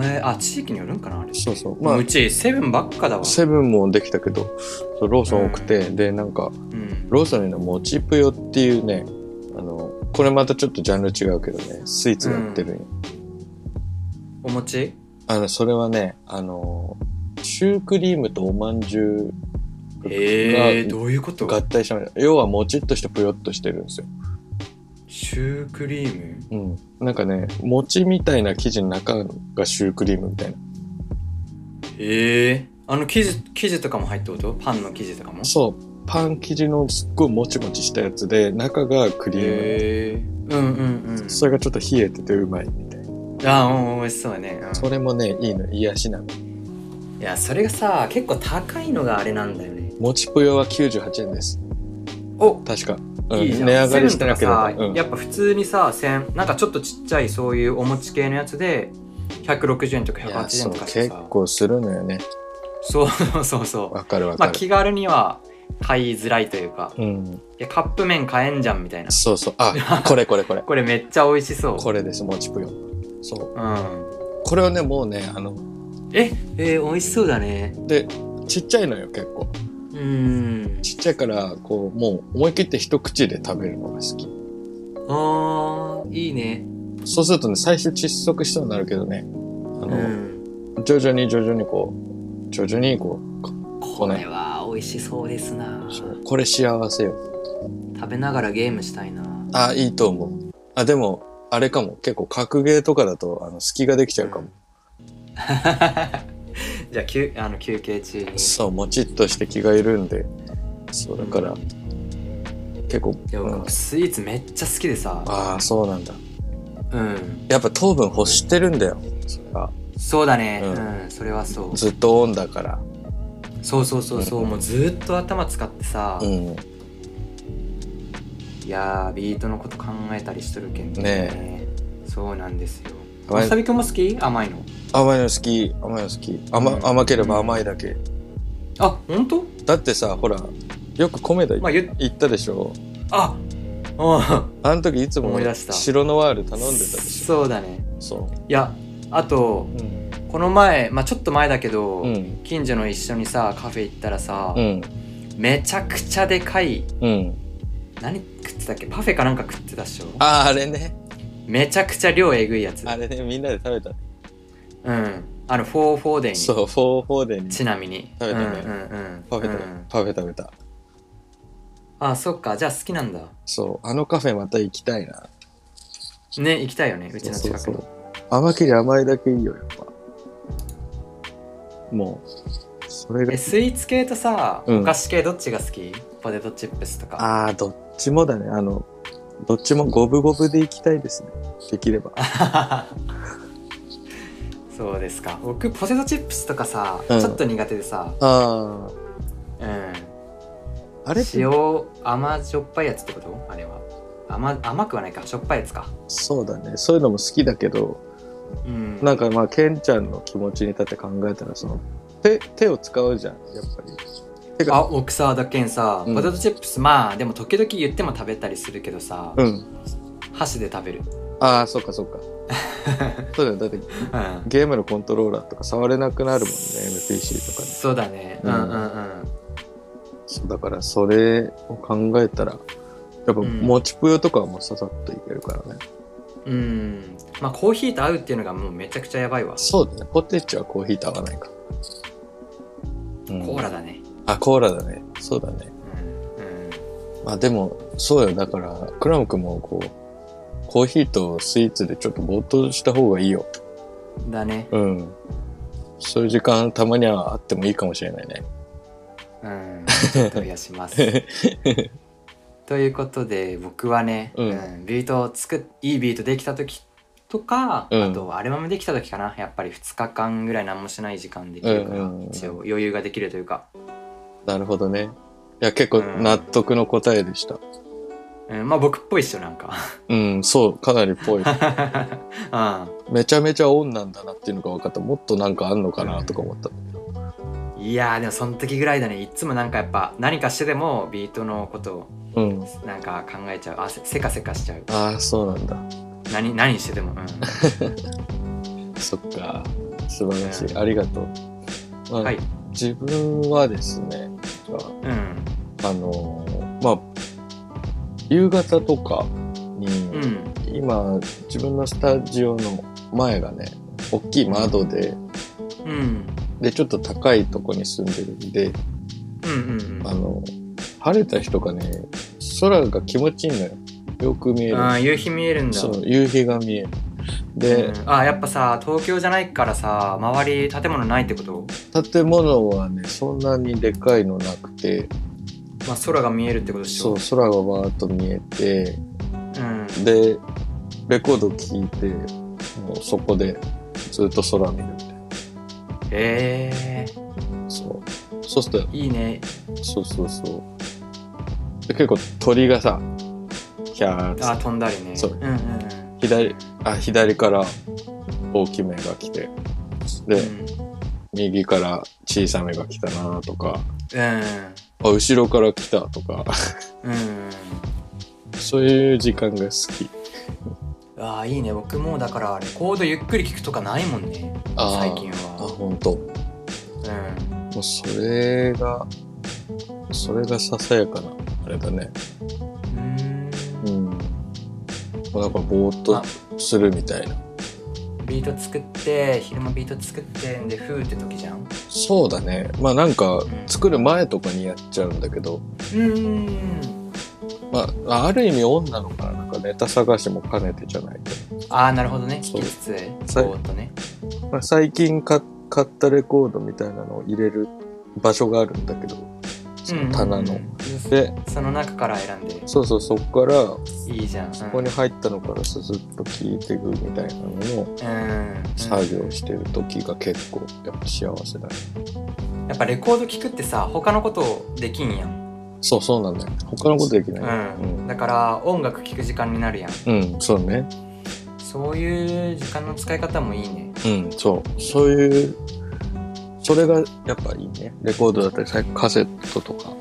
えーあ地域によるんかなあれ
そうそう。ま
まあ、う
あ、
ちセブンばっかだわ、
セブンもできたけど、そうローソン多くて、で、なんか、
うん、
ローソンにのもちぷよっていうね、あの、これまたちょっとジャンル違うけどね、スイーツが売ってるんよ
お餅
あの、それはね、あの、シュークリームとおまんじゅうが、
えー、どういうこと
合体したもの要はもちっとしてぷよっとしてるんですよ。
シュークリーム
うん。なんかね、餅みたいな生地の中がシュークリームみたいな。
ええあの生地生地とかも入ってことパンの生地とかも
そう。パン生地のすっごいもちもちしたやつで、中がクリーム。
ええうんうんうん
それがちょっと冷えててうまいみたいな。
ああうん美味しそうやね、うん
それもね、いいの。癒しなの。
いやそれがさ結構高いのがあれなんだよね
餅ぷよは98円です。
お
確か。うん、
いいじゃん
値上がりしてなければ。
セブンとかさ
うん
やっぱ普通にさ1000なんかちょっとちっちゃいそういうお餅系のやつで160円とか
いや
180
そ
円
う
とかして
結
さ
構するのよね。
そうそうそうそう
わかるわ
ま
か
あ
る。
気軽には買いづらいというか
うん。
いやカップ麺買えんじゃんみたいな
そうそう。あ、これこれこれ。
これめっちゃ美味しそう
これです、餅ぷよ。そう。
うん
これはね、もうね、あの、
ええー、美味しそうだね
で、ちっちゃいのよ、結構。
うん
ちっちゃいから、こう、もう思い切って一口で食べるのが好き。
あーいいね
そうするとね、最初窒息しそうになるけどね、あ
う
の、
ん
徐々に徐々にこう、徐々にこう、
これは美味しそうですな
そうこれ幸せよ。
食べながらゲームしたいな
あ、いいと思う。あ、でも、あれかも。結構格ゲーとかだと、あの、隙ができちゃうかも。
*laughs* じゃあ休あの休憩中に
そう、もちっとして気が緩んで。そう、だから、結構、
で
うん
もスイーツめっちゃ好きでさ
ああ、そうなんだ。
うん
やっぱ糖分欲してるんだよ。それが。
そうだね
う
うんん、それはそう
ずっとオンだから。
そうそうそうそうもうずっと頭使ってさ、
うん。
いやービートのこと考えたりしとるけん
ね
そうなんですよ
甘
わ
い
さびくんも好き甘いの
甘いの好き、甘いの好き。甘、
うん
甘ければ甘いだけ。
あ本当
だってさ、ほら、よく米田
まあ
行
ゆ
ったでしょ。
ああ
あの時いつも
思い出した
白ノワール頼んでたでしょ。
そうだね
そ
いやあと
う。うん。
この前まあちょっと前だけど、
うん。
近所の一緒にさカフェ行ったらさ、
うん。
めちゃくちゃでかい
うん。
何食ってたっけパフェかなんか食ってたっしょ
ああ、あれね。
めちゃくちゃ量えぐいやつ
あれね、みんなで食べた。
うんあのフォーフォーデーに
そう、フォーフォーデーに
ちなみに
食べたね
うんうんうん
パフェ食べ、
うん
パフェ食べた。
あそっかじゃあ好きなんだ
そう、あのカフェまた行きたいな。
ね行きたいよねうちの
そ
近
う
く
そうそう。甘けりゃ甘いだけいいよ、やっぱ。もう、それが
え。スイーツ系とさ、
うん
お菓子系どっちが好きポテトチップスとか
ああ、どっちもだね。あの、どっちも五分五分でいきたいですね。できれ
*laughs*
ば。
そうですか僕ポテトチップスとかさ、
うん
ちょっと苦手でさ、
あ
うん、
あ、あれって
塩甘しょっぱいやつってことあれは甘甘くはないかしょっぱいやつか
そうだね。そういうのも好きだけど、
うん
なんかまあ、ケンちゃんの気持ちに立って考えたら、その、手、手を使うじゃん、やっぱり。て
あ
か、
僕さだけんさ
うん
ポテトチップス、まあでも時々言っても食べたりするけどさ、
うん。
箸で食べる、
ああ、そっかそ
*laughs*
っか。そうだよ。だって、
うん、
ゲームのコントローラーとか触れなくなるもんね、MPC とかね。
そうだね
う
うんんうんうん
そうだから、それを考えたら、やっぱ、
ん
持ちぷよとかはもうささっといけるからね。
うんまあコーヒーと合うっていうのがもうめちゃくちゃやばいわ
そうだね。ポテチはコーヒーと合わないか。うん
コーラだね
あ、コーラだね。そうだね
う。ん
まあでも、そうよ。だから、クラム君もこう、コーヒーとスイーツでちょっとぼーっとした方がいいよ。
うんだね
うん。そういう時間たまにはあってもいいかもしれないね。
うんちょっと増やします *laughs* ということで僕はね、
うん
うんビートを作っいいビートできた時とか、
うん
あとアルバムできた時かなやっぱり2日間ぐらい何もしない時間できるから、
うんうんうん
一応余裕ができるというか、
なるほどね。いや、結構
うん
納得の答えでした。
うん、まあ僕っぽいっしょなんか *laughs*
うん、そう、かなりぽい。
う
めちゃめちゃオンなんだなっていうのが分かった。もっとなんかあんのかなとか思った。
んいやーでもその時ぐらいだねいつもなんかやっぱ何かしてでもビートのこと
うん。
をなんか考えちゃうあせせかせかしちゃう
ああ、そうなんだ。
何何してでも、うん
そっか。素晴らしい。ありがとう。まあ
はい
自分はですね、
うん
あの、まあ、夕方とかに、今自分のスタジオの前がね大きい窓で
うん
でちょっと高いとこに住んでるんで
うんうん
あの晴れた日とかね空が気持ちいいのよよく見え
う
る
んあー夕日見えるんだ
そう夕日が見えるで、
うんあーやっぱさ東京じゃないからさ周り建物ないってこと、
建物はねそんなにでかいのなくて
まあ、空が見えるってことでし
そう
ょ
空がわーっと見えて
うん
でレコード聴いてもうそこでずっと空見るみたい
えー、
なそうそうする
いいね
とそうそうそうで結構鳥がさキャーって
あー飛んだりね
そうん
うんうん
左あ左から大きめが来てで、
うん
右から小さめが来たなとか
うん
あ後ろから来たとか
うん
そういう時間が好き
ああいいね僕もだからレコードゆっくり聞くとかないもんね
あー
最近
あ
は
本当。
うん
もうそれがそれがささやかなあれだね
う
う
ーん
んもうなんかぼーっと
あ
するみたいな
ビート作って昼間ビート作ってでふーって時じゃん
そうだねまあなんか
ん
作る前とかにやっちゃうんだけど、
うん
まあある意味女の子はなんかネタ探しも兼ねてじゃないけ
ああなるほどね
そう
聞きつつ
さい
ぼーっとね
ど、まあ、最近か買ったレコードみたいなのを入れる場所があるんだけどその棚の、
うんうんうん
で
その中から選んで
そうそうそこから
いいじゃん
そこに入ったのからススッと聞いていくみたいなのを
うん
作業してる時が結構やっぱ幸せだね。
やっぱレコード聞くってさ他のことできんやん、
そうそうなんだよ。他のことでき
う
ない。
んだから音楽聞く時間になるやん
うん、そうね。
そういう時間の使い方もいいね
うん、そう。そういう、それがやっぱいいね。レコードだったりさ、カセットとか。
うん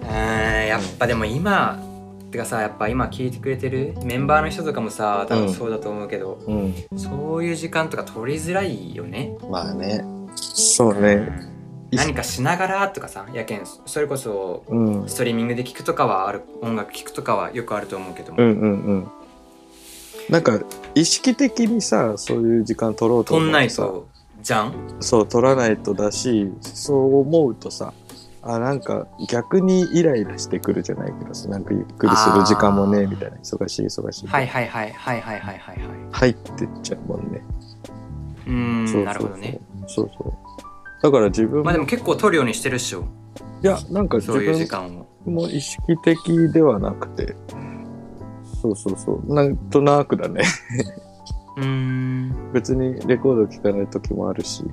やっぱでも今てかさやっぱ今聞いてくれてるメンバーの人とかもさ多分そうだと思うけど、
うん。
そういう時間とか取りづらいよね
まあね。そう
う
ね。
ん何かしながらとかさやけんそれこそ
うん。うん
ストリーミングで聞くとかはある音楽聞くとかはよくあると思うけども、
うんうん。なんか、意識的にさ、そういう時間取ろうと
取
思うん
ない
さ
とじゃん
そう取らないとだしそう思うとさあなんか逆にイライラしてくるじゃないけどさなんかゆっくりする時間もね
あー
みたいな忙しい忙しい、
はいはいはいはいはいはいはいはい
入ってっちゃうもんね
うー
そうそうそ
ん
う
なるほどね
そうそうだから自分も,、
まあでも結構取るようにしてるっしょ
いやなんか自
そういう時
分
間を
も意識的ではなくてそうそうそうなんとなくだね *laughs*
うーん
別にレコード聴かない時もあるし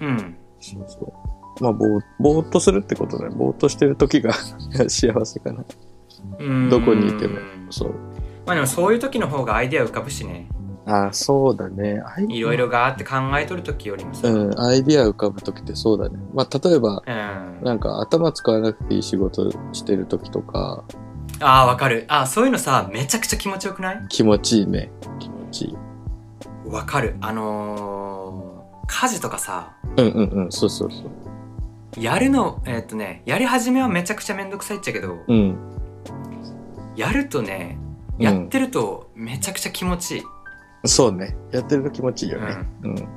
うん
そうそうまあぼーぼーっとするってことだねぼーっとしてる時が *laughs* 幸せかな
うーん
どこにいてもそう
まあでもそういう時の方がアイデア浮かぶしね
あーそうだね。アイ
いろいろガーって考えとる時よりもさ
う
うん、
ん、アイディア浮かぶ時ってそうだね。まあ、例えば、
あ
なんか頭使わなくていい仕事してる時とか、
あわかるあーそういうのさめちゃくちゃ気持ちよくない
気持ちいいね。気持ちいい。
わかるあのー、家事とかさ
うんうんうん、そうそうそう。
やるのえーっとねやり始めはめちゃくちゃめんどくさいっちゃけど、
うん。
やるとね
うん
やってるとめちゃくちゃ気持ちいい、
そうね。やってると気持ちいいよね。うん。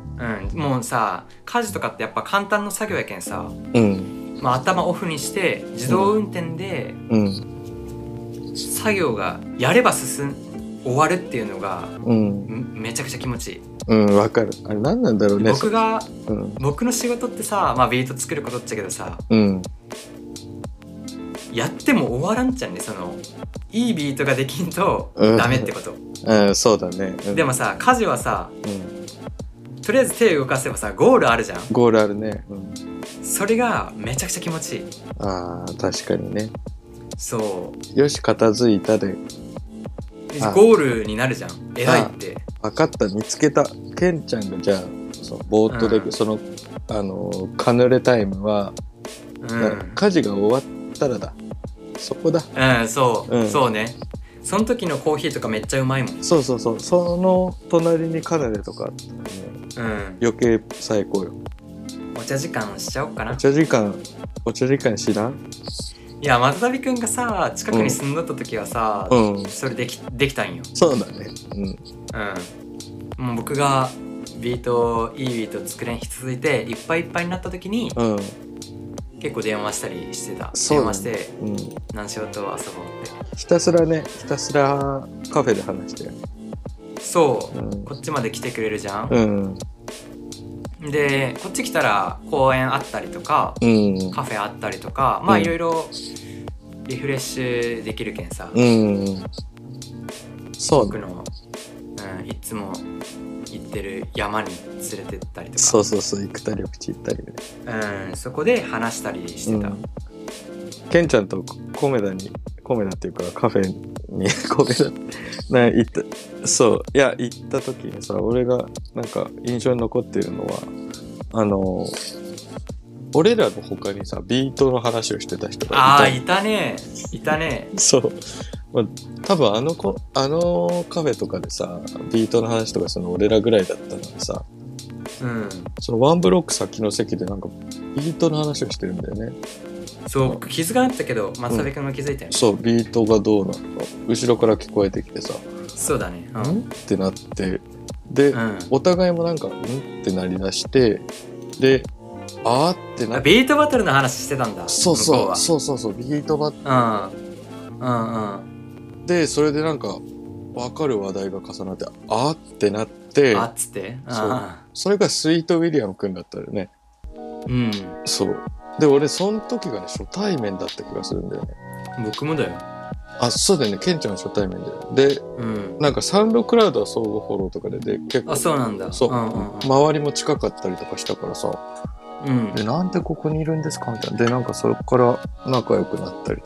うん、もうさ家事とかってやっぱ簡単な作業やけんさ、
うん。
まあ、頭オフにして自動運転で
うん。
作業がやれば進ん終わるっていうのが
うん。
んめちゃくちゃ気持ちいい、
うん、わかる。あれ何なんだろうね。
僕が
うん。
僕の仕事ってさ、まあ、ビート作ることっちゃけどさ
うん。
やっても終わらんちゃうねそのいいビートができんと
うん
ダメってこと、
うん、そうだね。うん、
でもさ家事はさ
うん、
とりあえず手を動かせばさゴールあるじゃん
ゴールあるね。うん。
それがめちゃくちゃ気持ちいい
ああ、確かにね。
そう
よし、片付いたで。あ
ゴールになるじゃん偉いって
分かった見つけたケンちゃんがじゃあそのぼーっとで、
うん
そのあのカヌレタイムは、
うん
家事が終わったらだそこだ
うんそう、
うん
そうねその時のコーヒーとかめっちゃうまいもん
そうそうそうその隣にカヌレとかあったらね
うん
余計最高よ
お茶時間しちゃおうかな
お茶時間お茶時間知らん
いや松旅くんがさ近くに住んどった時はさ、
うん
それできできたんよ
そうだね。うん。
うんもう僕がビートいいビート作れん日続いていっぱいいっぱいになった時に
うん。
結構電話したりしてた
そうな
電話
んだ
して
うん。
何しようと遊ぼうっ
ひたすらね、ひたすらカフェで話して。
てそう、
うん
こっちまで来てくれるじゃん、
うん。
でこっち来たら公園あったりとか
うん。
カフェあったりとかまあ
うん
いろいろリフレッシュできるけんさ、
うん。そう
僕
ね。
の、うん、いつも行ってる山に連れてったりとか
そうそうそう、行ったり、プチ行ったりね。
うん、そこで話したりしてた、
うんケンちゃんとコメダに、コメダっていうかカフェに、 *laughs* コメダ、な、行った、そう、いや、行った時にさ、俺がなんか印象に残ってるのは、あの、俺らの他にさ、ビートの話をしてた人
あ
が
あ
い
いたねいたね
た。そう。まあ、多分あの子、あのカフェとかでさ、ビートの話とかその俺らぐらいだったのにさ、
うん
そのワンブロック先の席でなんかビートの話をしてるんだよね。
そう僕気づかなかったけど松田君も気づいたよね、
そう、ビートがどうなのか、後ろから聞こえてきてさ、
そうだねうん
ってなってで、
ん、
お互いもなんかうんってなりだしてであーって
うん、
なって
ビートバトルの話してたんだ
そう
向こ
そう
は
そうそうそうビートバっ
うんうんうん
てそれでなんか分かる話題が重なってあーってなって
あっつって
そう
あ
それがスイートウィリアムくんだったよね
ーうん
そうで俺その時がね初対面だった気がするんだよね
僕もだよ
あそうだよねケンちゃんは初対面だよで
うん
なんかサウンドクラウドは相互フォローとかでで結構
あそうなんだ
そう、
うんうんうん
周りも近かったりとかしたからさ、
うん
で、なんでここにいるんですかみたいな。で、なんかそこから仲良くなったり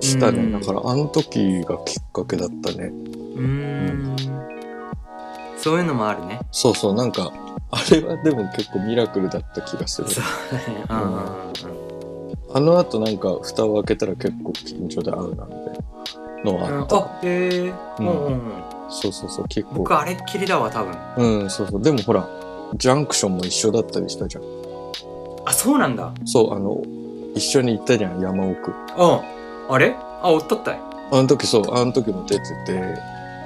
したね。
うん
だからあの時がきっかけだったね。
うーんそういうのもあるね
そうそう、なんか、あれはでも結構ミラクルだった気がする。
そうだねうんうんうん
あの後なんか蓋を開けたら結構緊張で合うなみたいなの
う
はあ
ん
った。
あへえ
う
うんんうんうん
そうそうそう、結構
僕。あれっきりだわ多分
うん、そうそう。でもほら、ジャンクションも一緒だったりしたじゃん。
あそうなんだ
そう、あの、一緒に行ったじゃん、山奥。
うんあれあおっとったい
あの時そう、あの時も出てて、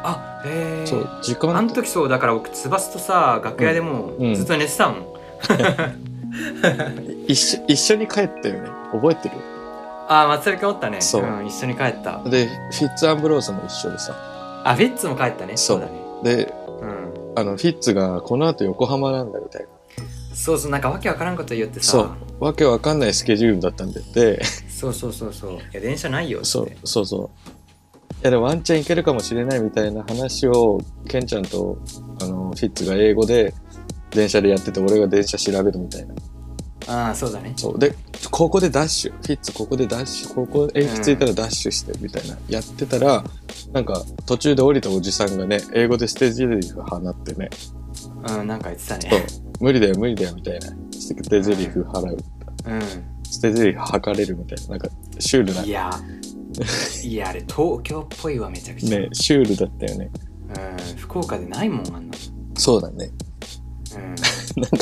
あへえ
そう、時間
あの時そうだから僕翼とさ楽屋でも
うんうん
うずっと寝てたもん、
一緒一緒に帰ったよね。覚えてる
ああ松崎君おったね、
そうん
一緒に帰った
で、フィッツ・アンブロースも一緒でさ。
あフィッツも帰ったね
そう
そうだね
で、
うん
あの、フィッツがこの後横浜なんだみたいな。
そうそうなんかわけわからんこと言ってさ
そうわけわかんないスケジュールだったんで、
*laughs*
で、
そうそうそうそういや電車ないよって
そう、そうそう。いや、でもワンチャンいけるかもしれないみたいな話を、ケンちゃんと、あの、フィッツが英語で、電車でやってて、俺が電車調べるみたいな。
ああそうだね
そう。で、ここでダッシュ。フィッツここでダッシュ。ここ、駅着いたらダッシュして、みたいな。やってたら、なんか、途中で降りたおじさんがね、英語でステージリフ放ってね、
うんなんか言ってたね
そう無理だよ無理だよみたいな捨てゼリフ払う
う
捨てゼリフ吐かれるみたいななんかシュールなん
いやいやあれ東京っぽいわめちゃくちゃ、
ねシュールだったよね
うん福岡でないもんあんな
そうだね *laughs*
う、
なんか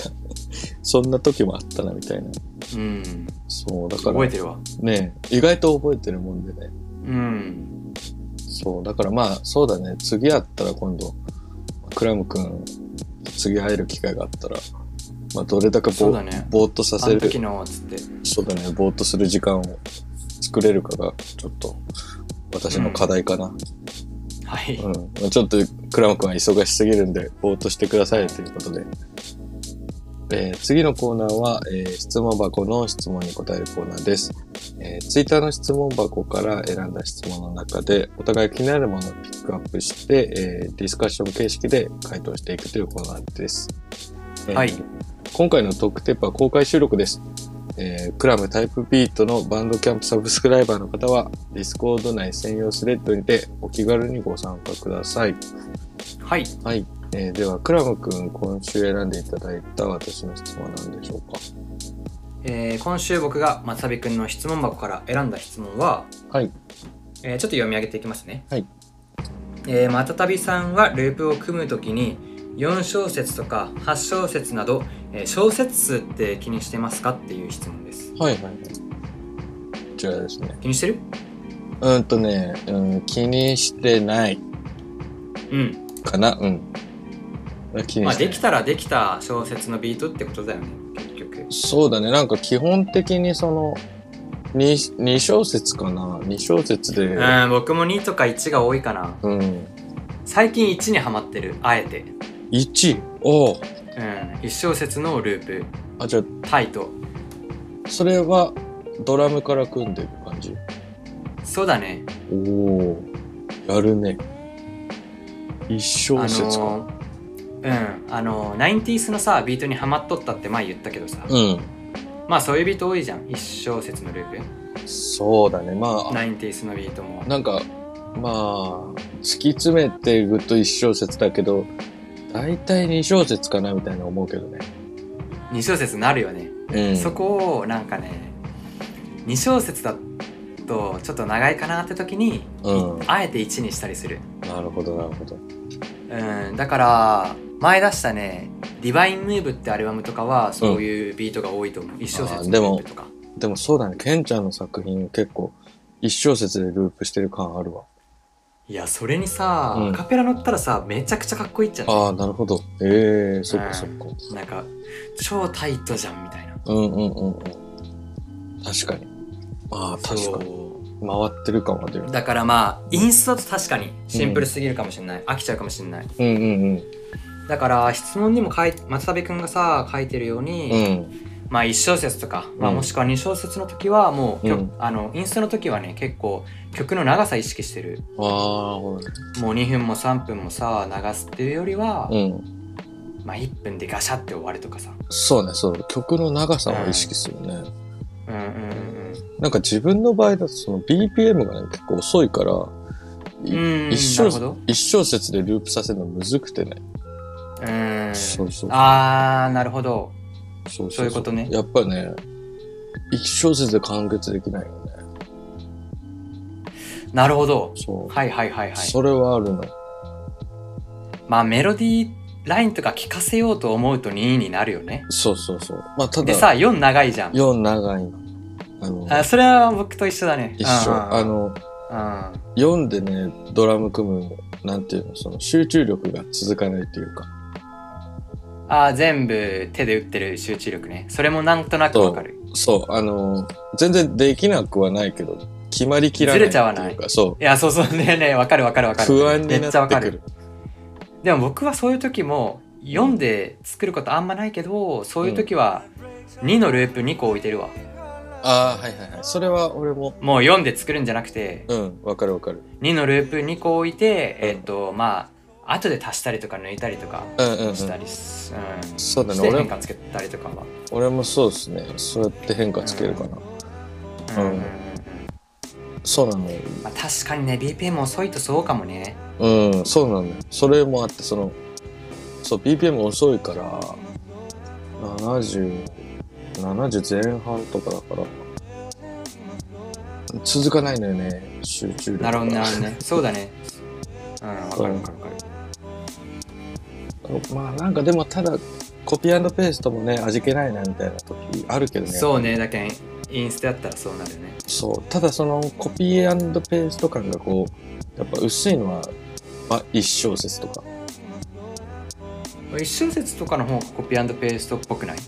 そんな時もあったなみたいなん
うん、
そうだか
覚え
ら
てるわ
ね意外と覚えてるもんでね
うん
そうだからまあそうだね次会ったら今度クラム君次会える機会があったらまあどれだけ
そ
ぼ
うだね
ぼーっとさ
あ
せ
の
る
時のつって
そうだねぼーっとする時間を作れるかがちょっと私の課題かな、
はい、
うん、ちょっとクラム君は忙しすぎるんで、ぼーっとしてくださいということで。えー次のコーナーは、えー質問箱の質問に答えるコーナーです。えー、ツイッターの質問箱から選んだ質問の中で、お互い気になるものをピックアップして、えーディスカッション形式で回答していくというコーナーです。えー
はい
今回のトークテープは公開収録です。えークラムタイプビートのバンドキャンプサブスクライバーの方は、ディスコード内専用スレッドにてお気軽にご参加ください。
はい
はい。えーでは、クラム君、今週選んでいただいた私の質問は何でしょう
えー今週僕がまさびくんの質問箱から選んだ質問は、
かはい。
えーちょっと読み上げていきますね
はい
えーまたたびさんはループを組むときに4小節とか8小節など、えー小節数って気にしてますかっていう質問です
はいはいはい。違うですね。
気にしてる
うんとね、うん、気にしてない
うん。
かな。うん。気に
まあ、
して
で
ない
き。たらできた小説のビートってことだよね、結局。
そうだね。なんか基本的にその、に2小節かな。2小節で、
うん、僕も2とか1が多いかな。
うん。
最近1にハマってる、あえて。
1。おう
うん、1小節のループ、
あ、じゃ
タイト。
あ、それはドラムから組んでる感じ。
そうだね。
おおやるね。1小
あ
節か。
のー、うん、あのー、90s のさ、ビートにハマっとったって前言ったけどさ、まあそういうビート多いじゃん、1小節のループ。
うん。そうだね。まあ、
90s のビートも。
なんか、まあ、突き詰めていくと1小節だけど、大体2小節かなみたいな思うけどね。
2小節なるよね。
うん
そこをなんかね2小節だとちょっと長いかなって時に、
うん
あえて1にしたりする、
なるほど、なるほど。
うん、だから前出したね「ディバインムーブってアルバムとかはそういうビートが多いと思う、1小節のループとか
でもそうだね、ケンちゃんの作品結構、1小節でループしてる感あるわ。
いやそれにさ、
うん
アカペラ乗ったらさめちゃくちゃかっこいいじゃん
ああ、なるほど。ええそっ
う
か
ん
そっか。
なんか超タイトじゃんみたいな
うんうんうんうん。確かに。まあ、確かに。
そう
回ってる感は出る。
だからまあインストだと確かにシンプルすぎるかもしれない、飽きちゃうかもしれない
うんうん
だから質問にも書い松田部君がさ書いてるように、
うん。うん。
まあ1小節とか、まあ、
うん
もしくは2小節の時はもう曲、
うん
あのインストの時はね結構曲の長さ意識してる
ああ、ほら。
もう2分も3分もさ流すっていうよりは、
うん。
まあ1分でガシャって終わるとかさ
そうね、そう。曲の長さを意識するね。
うんうん
なんか自分の場合だとその BPM がね結構遅いから
うんうんうん
一小
なるほど
一小節でループさせるのむずくてね、
うん
そうそう
ああなるほど
そう
そういうことね
やっぱね一小節で完結できないよね
なるほど
そう、
はいはいはいはい
それはあるの
まあメロディーラインとか聞かせようと思うと2になるよね
そうそうそうまあた
で
だ
さ4長いじゃん
4長いのあの
あそれは僕と一緒だね
一緒
うん
あの
うん
4でねドラム組むなんていうのその集中力が続かないっていうか
あー全部手で打ってる集中力ねそれもなんとなくわかる
そうあの全然できなくはないけど決まりきらないっていう
ずれちゃわ
か
ない
そう
いやそうそう *laughs* ねねわかるわかるわかる
不安に
めっちゃ
な
わ
って
か
くる
るでも僕はそういう時も読んで作ることあんまないけどそういう時は2のループ2個置いてるわ
ああはいはいはいそれは俺も
もう読んで作るんじゃなくて
うんわかるわかる
2のループ2個置いて
うん
えっ、とまあ後で足したりとか抜いたりとか
うんうん、うん、
したりすうん
そうだね
して
俺
変
も
化つけたりとかは
俺もそうですねそうやって変化つけるかな、
うん
うん
うんうんうん
そうなのよ
まあ、確かにね BPM 遅いとそうかもね
うんそうなのよそれもあってそのそう BPM 遅いから7070前半とかだから続かないのよね集中力が
なるほどなるほどねそうだねうんわかるわかるわかる
まあなんかでもただコピーペーストもね味気ないなみたいな時あるけどね
そうねだけんインスタやったらそうなるよね
そうただそのコピーペースト感がこうやっぱ薄いのは、まあ、1小節とか
一小節とかの方がコピーペーストっぽくない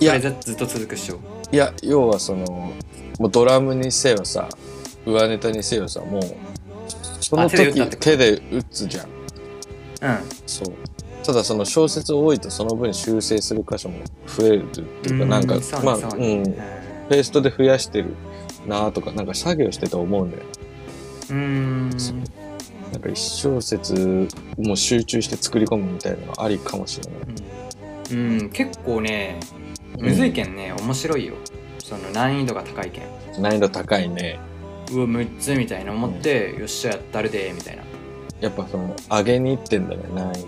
いや
それずずっと続くっしょ
いや要はそのもうドラムにせよさ上ネタにせよさもうその
あ手で打っ
時
た
手
っ
で
てこと
打つじゃん
う
そうただその小節多いとその分修正する箇所も増えるっていうか
ん
なんか
そうね
まあ
そう
う
ね
んペーストで増やしてるなとかなんか作業してて思うんだよ
うんう
そ
ーん
なんか一小節もう集中して作り込むみたいなのありかもしれない
うん、うん、結構ねむずいけんね、面白いよその難易度が高いけん
難易度高いね
うわ6つみたいな思って、よっしゃやったるでみたいな
やっぱその上げにいってんだね難易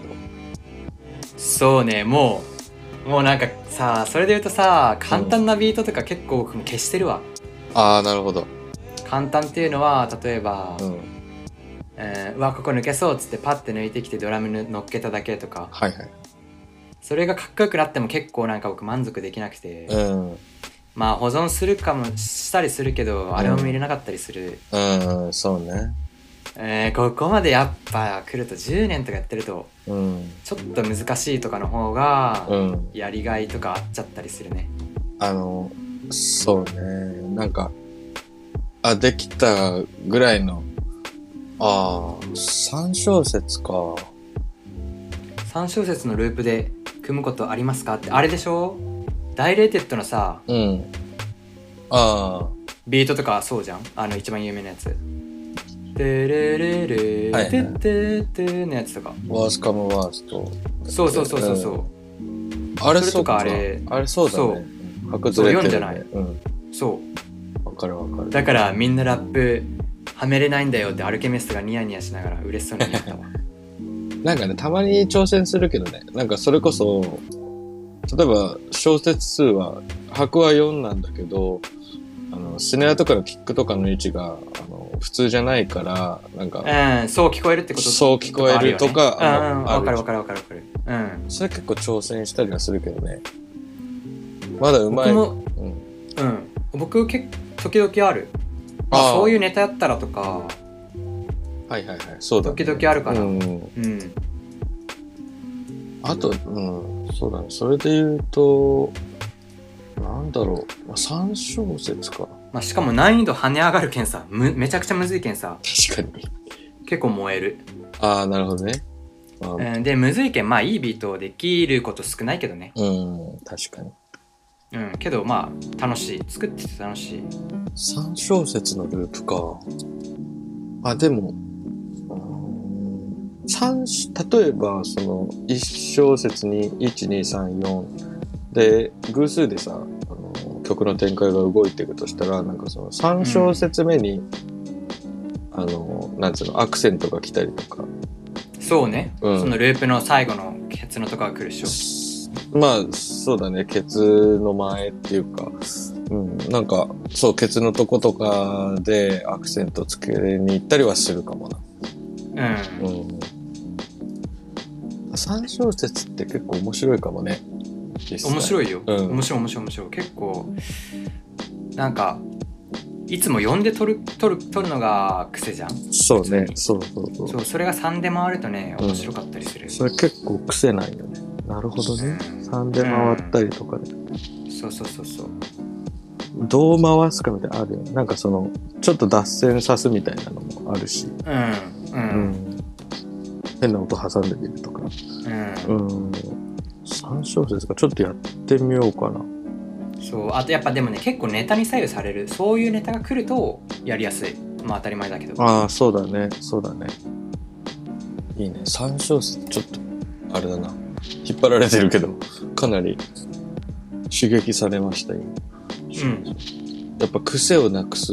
そうねもうもうなんかさそれで言うとさ簡単なビートとか結構僕も消してるわ
度ああなるほど
簡単っていうのは例えば、
うん
えーうわここ抜けそうっつってパッて抜いてきてドラムに乗っけただけとか
はいはい
それがかっこよくなっても結構なんか僕満足できなくて、
うん
まあ保存するかもしたりするけどアルバム入れなかったりする、
うん、そうね。
えーここまでやっぱ来ると10年とかやってると
うん。
ちょっと難しいとかの方が
うん。
やりがいとかあっちゃったりするね
あの、そうね。なんか、あ、できたぐらいの、ああ、3小節か。
3小節のループで組むことありますかってあれでしょダイレーテッドのさ
うん。ああ、
ビートとかそうじゃんあの一番有名なやつ「テレレレ
はいはい
テテテ」のやつとか
ワースカムワースト。
そうそうそうそうそう
あれ
それ
そ
と
うか。
か
あ
あれ
れ、そうだね。
そう
うん白ずれてる、ね。
そう読んじゃない
うん。
そう
わかるわかる。
だからみんなラップはめれないんだよってアルケミストがニヤニヤしながら嬉しそうに
*laughs*
言ったわ
なんかね、たまに挑戦するけどね、なんかそれこそ、例えば小説数は、白は4なんだけど、あの、スネアとかのキックとかの位置が、あの、普通じゃないから、なんか、
うんそう聞こえるってこと
そう聞こえるとか
あよね
あ
うん
の
うん
あ
わ
る
かるわかるわかるわかるうん
それ結構挑戦したりはするけどね。まだうま
僕
い。
も
うん
うん僕結構時々あるまあ
あー
そういうネタやったらとか
はいはいはい。そうだ、ね。
時々あるかな
うん。
うん
あと、うん、そうだね。それで言うと、なんだろう。3小節か。
まあ、しかも難易度跳ね上がる検査むめちゃくちゃむずい検査
確かに。
結構燃える、
ああ、なるほどね。あー
うん、でむずいけんまあいいビートできること少ないけどね
うん、確かに。
うんけどまあ楽しい作ってて楽しい
3小節のループか。あ、でも、うーん三し例えば、その、1小節に、1、2、3、4で、偶数でさ、あの曲の展開が動いていくとしたら、なんかその、3小節目に、あの、なんつうの、アクセントが来たりとか、
そうね、
うん
そのループの最後のケツのとこが来るでしょ
まあ、そうだね、ケツの前っていうか、うん、なんか、そう、ケツのとことかでアクセントつけに行ったりはするかもな。
うん、
うん。三小節って結構面白いかもね。
面
い。
白いよ、
うん
面白い面白い面白い結構なんかいつも呼んで撮る撮る撮るのが癖じゃん
そうね、そうそうそう。
そうそれが3で回るとね面白かったりする、
それ結構癖ないよね。なるほどね。
うん
3で回ったりとかで、
そうそうそうそう
どう回すかみたいなのあるよね。なんかその、ちょっと脱線さすみたいなのもあるし、
う
うんん。変な音挟んでみるとか。
うん、うん
うん。3小節か。ちょっとやってみようかな。
そうあとやっぱでもね結構ネタに左右されるそういうネタが来るとやりやすいまあ当たり前だけど
ああ、そうだね。そうだね。いいね。3小節、ちょっと、あれだな。引っ張られてるけど、かなり刺激されました、今。
ん
やっぱ癖をなくす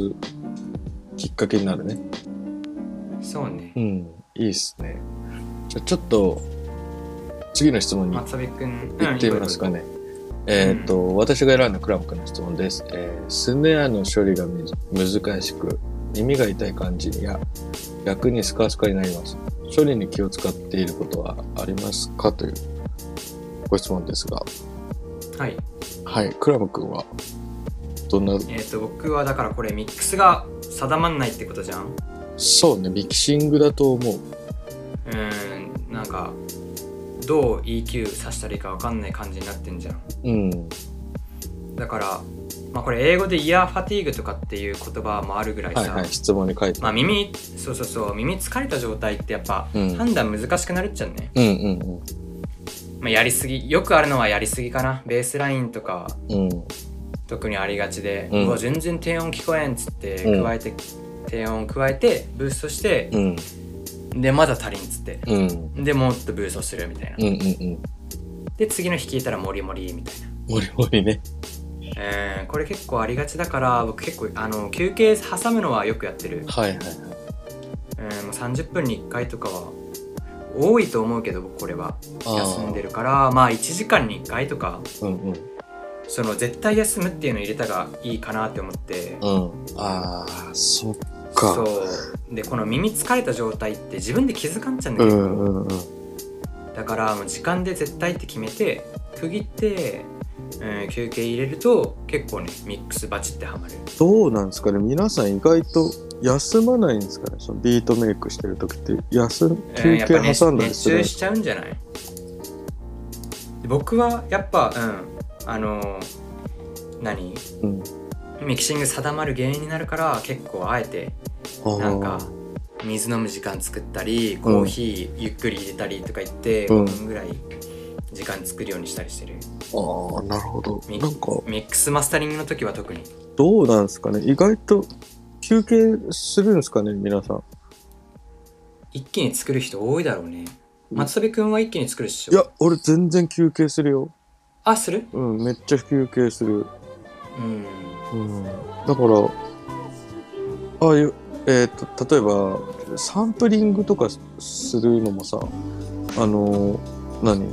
きっかけになるね。
そうね
うん。いいっすね。じゃあちょっと、次の質問に
松尾くん
行ってみますかね。えーっ、と、私が選んだクラム君の質問です。えースネアの処理がむず難しく、耳が痛い感じや、逆にスカスカになります。処理に気を使っていることはありますかというご質問ですが、
うんはい
はい、クラム君は、どんな、
えっ、と僕はだからこれミックスが定まんないってことじゃんう
そうね、ミキシングだと思う。
ーんなんかどう EQ さしたらいいかわかんない感じになってんじゃん
うん、
だからまあこれ英語でイヤーファティーグとかっていう言葉もあるぐらいさ、
はいはい、質問に書いて
まあ
ある。
耳そうそうそう耳疲れた状態ってやっぱ
うん
判断難しくなるっちゃうね、
うんうん
まあ、やりすぎよくあるのはやりすぎかなベースラインとか
うん。うん。
特にありがちで、う
うん
わ全然低音聞こえんっつって
うん
加えて、低音加えてブーストして
う、ん。
でまだ足りんっつって
うん。
でもっとブーストするみたいな、
うんうんうん。
で次の日聞いたらモリモリみたいな
もりもりね。
えーこれ結構ありがちだから僕結構あの休憩挟むのはよくやってる、
はいはいはい。
えーもう30分に1回とかは多いと思うけど僕これは
あー
休んでるからまあ1時間に1回とか
うんうん。
その絶対休むっていうの入れたがいいかなって思って、
うん。ああ、そっか。
そうでこの耳疲れた状態って自分で気づかんちゃうんだ
う
けど、
んうんうん。
だからもう時間で絶対って決めて区切ってうん、休憩入れると結構ねミックスバチってハマる
どうなんですかね皆さん意外と休まないんですかねそのビートメイクしてる時って休
うん
休
やっぱね
憩挟んだり
熱
するんで
中
す
しちゃうんじゃない僕はやっぱうんあの何
うん
ミキシング定まる原因になるから結構あえて
あー
なんか水飲む時間作ったりコーヒーゆっくり入れたりとか言って
うん
5分ぐらい時間作るようにしたりしてる、
ああなるほど
み
なんか
ミックスマスタリングの時は特に
どうなんですかね意外と休憩するんですかね皆さん
一気に作る人多いだろうね松飛君は一気に作るっしょ
いや俺全然休憩するよ
あする
うんめっちゃ休憩する
う
う
ん
んだからああいうえー、と例えばサンプリングとかするのもさあのー何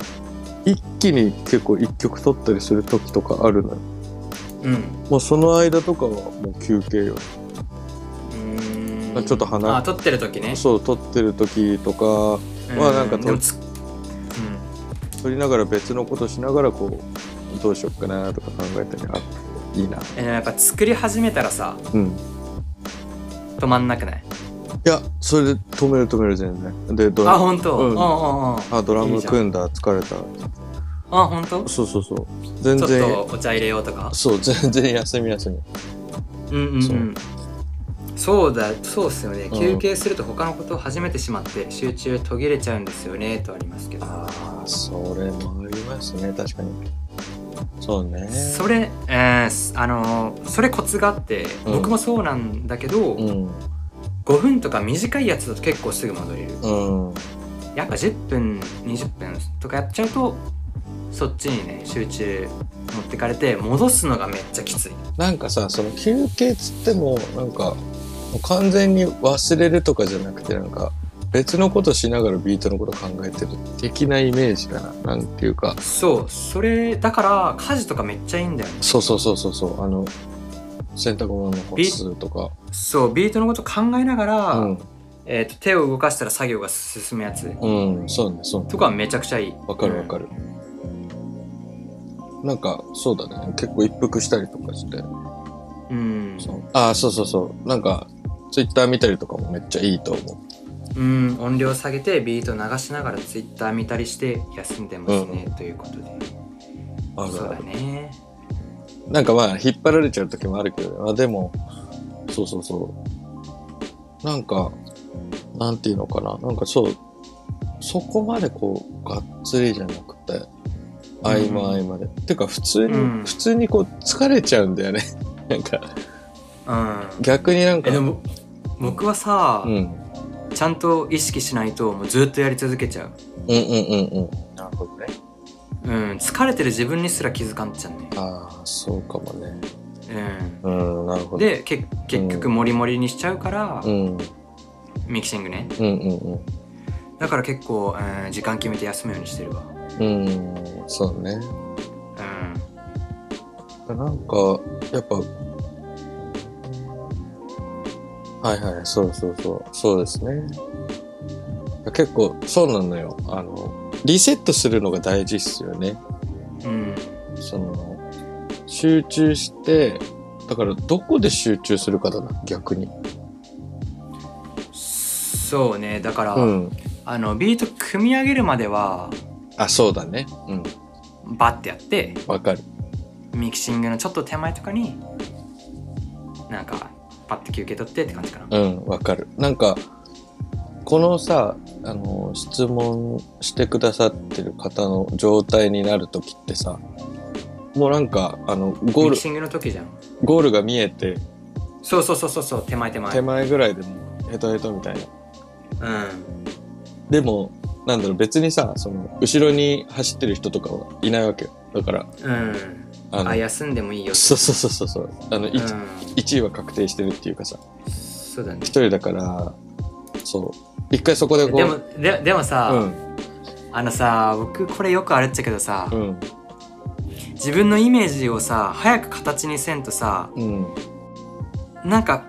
一気に結構一曲取ったりする時とかあるのよ
うん
もうその間とかはもう休憩よ
うーん
ちょっと離れ
あ撮ってる時ね
そう撮ってる時とか
うん
まあなんかと
でもつ
撮りながら別のことしながらこうどうしよっかなとか考えたりあいいな
うんえやっぱ作り始めたらさ
うん
止まんなくない
いやそれで止める止める全然でド
あ
ラム
本当
うん
うんうんうん
あドラ
いい
ム
じゃん
組んだ疲れた
あ本当
そうそうそう全
ちょっ
然
とお茶入れようとか
そう全然休み休み
うんうんうんそうだそうっすよね
うん
休憩すると他のことを始めてしまって集中途切れちゃうんですよねとありますけど
ああそれもありますね確かにそうね
それ、えーすあのーそれコツがあって
うん
僕もそうなんだけど、
うん
5分とか短いやつだと結構すぐ戻れる
うん
やっぱ10分20分とかやっちゃうとそっちにね集中持ってかれて戻すのがめっちゃきつい
なんかさその休憩つってもなんかもう完全に忘れるとかじゃなくてなんか別のことしながらビートのこと考えてる的なイメージだななんていうか
そうそれだから家事とかめっちゃいいんだよね
そうそうそうそうそうあの洗濯物の個数とか
そうビートのこと考えながら、
うん
えー、と手を動かしたら作業が進むやつ
うんそうねそうね
とかめちゃくちゃいい
わかるわか
る、
る、なんかそうだね結構一服したりとかして
うん
そうああそうそうそうなんかツイッター見たりとかもめっちゃいいと思
うん、音量下げてビート流しながらツイッター見たりして休んでますね、ということで
うあ
そうだね
なんかまあ引っ張られちゃう時もあるけど、まあ、でもそうそうそうなんかなんていうのかななんかそうそこまでこうがっつりじゃなくて合間合間で、てか普通に、
うん
普通にこう疲れちゃうんだよね *laughs* なんか
うん
逆になんか
えでも僕はさ、
うん、うん
ちゃんと意識しないともうずっとやり続けちゃう
うんうんうんなるほどね
うん疲れてる自分にすら気づかんちゃうね
ああそうかもね
う
うんなるほど
んでけ結局モリモリにしちゃうから、
うん、うん
ミキシングね
うんうん
だから結構、うん、時間決めて休むようにしてるわ
うんそうね
うん
なんか、やっぱ、はいはい、そうそうそう、そうですね。結構、そうなのよ。あの、リセットするのが大事っすよね。
うん
その、集中して、だから、どこで集中するかだな、逆に。
そうねだから、
うん。
あのビート組み上げるまでは
あ、そうだね。うん。
バッてやって
わかる。
ミキシングのちょっと手前とかになんかパッて休憩取ってって感じかな
うん、わかる。なんか、このさ、あの、質問してくださってる方の状態になるときってさ、もうなんか、あの、ゴー
ミ
ル
キ、シングの時じゃん
ゴールが見えて、
そうそうそうそうそう手前手前
手前ぐらいでもうヘトヘトみたいな。
うん
でも、なんだろう、別にさ、その、後ろに走ってる人とかはいないわけよ。だから、
うん
あの、
あ休んでもいいよ
そうそうそうそうそう、あの、
う
一
ん
1位は確定してるっていうかさ、
そうだね
一人だから、そう、一回そこでこう、
でもででもさ、
うん、
あのさ僕これよくあれっちゃけどさ、
うん、
自分のイメージをさ早く形にせんとさ
うん。
なんか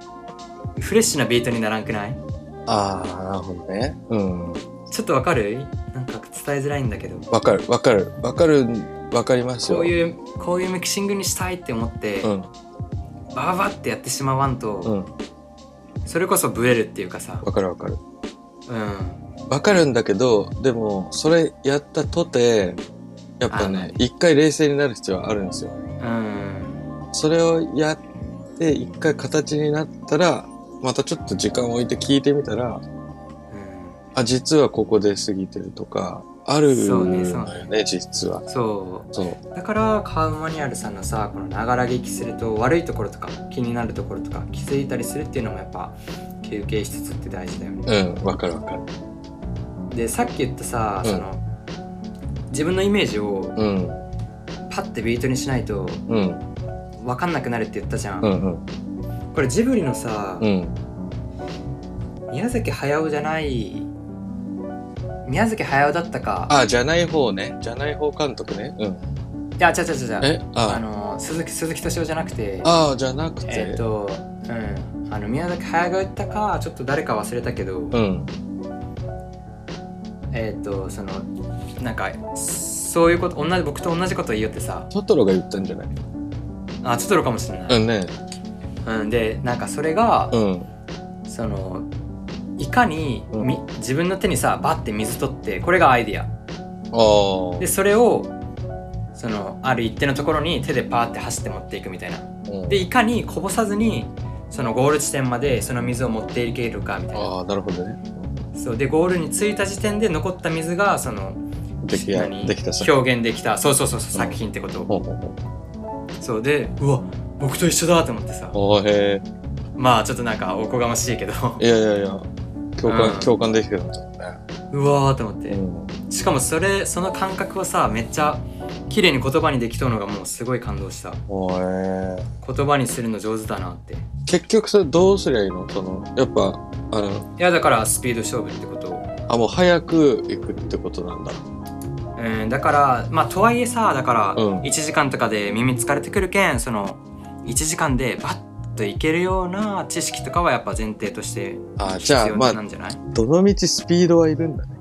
フレッシュなビートにならんくない
ああ、なるほどね。うん。
ちょっとわかるなんか伝えづらいんだけど
わかるわかるわかるわかりますよ
こういうこういうミキシングにしたいって思って、
うん
バババってやってしまわんと、
うん
それこそブレるっていうかさ
わかるわかる
うん
わかるんだけどでもそれやったとてやっぱ
あ
ね一回冷静になる必要はあるんですよ
うん
それをやって一回形になったらまたちょっと時間を置いて聞いてみたら
うん
あ実はここで過ぎてるとかある
そう
の
ね
よ
そう
ね実は
そう
そう
だからカウマニュアルさんのさこのながら聞きすると悪いところとか気になるところとか気づいたりするっていうのもやっぱ休憩しつつって大事だよね。
うんわかるわかる
でさっき言ったさ、
うん
その自分のイメージを
うん
パッてビートにしないと
うん
分かんなくなるって言ったじゃん。
うんうん
これジブリのさ、
うん
宮崎駿じゃない宮崎駿だったか
あじゃない方ねじゃない方監督ねうん
いや違う違う違う違う
え
あ
あ
の鈴木鈴木敏夫じゃなくて
ああじゃなくて、
えっ、とうんあの宮崎駿が言ったかちょっと誰か忘れたけど、
うん
えっ、とそのなんかそういうこと同じ僕と同じこと言いよってさ
トトロが言ったんじゃない
あちょっとるかもしれな
う
い、
んね
うんでなんかそれが、
うん
そのいかに、
うん
み自分の手にさバッて水取ってこれがアイディア
ああ
でそれをそのある一定のところに手でパーって走って持っていくみたいな
うん
でいかにこぼさずにそのゴール地点までその水を持っていけるかみたいな
ああなるほどね
そうでゴールに着いた時点で残った水がその
できや
何
できたさ
表現できたそうそうそうそう作品ってことを
ほうほうほう
そうでうわ僕と一緒だと思ってさ
おーへ
まあちょっとなんかおこがましいけど
えいやいやいや共感、
うん
共感できてるんだね
*laughs* うわーと思っ
う
て
ん
しかもそれその感覚をさめっちゃ綺麗に言葉にできとうのがもうすごい感動した
おーへえ
言葉にするの上手だなってい
結局それどうすりゃいいのそのやっぱあの
やだからスピード勝負ってことを
あもう早く行くってことなんだ
うんだからまあとはいえさだから
うん
1時間とかで耳疲れてくるけんその1時間でバッといけるような知識とかはやっぱ前提として
あ
必
じゃあ
要
ま
な
あ
んじゃない、
どの道スピードはいるんだね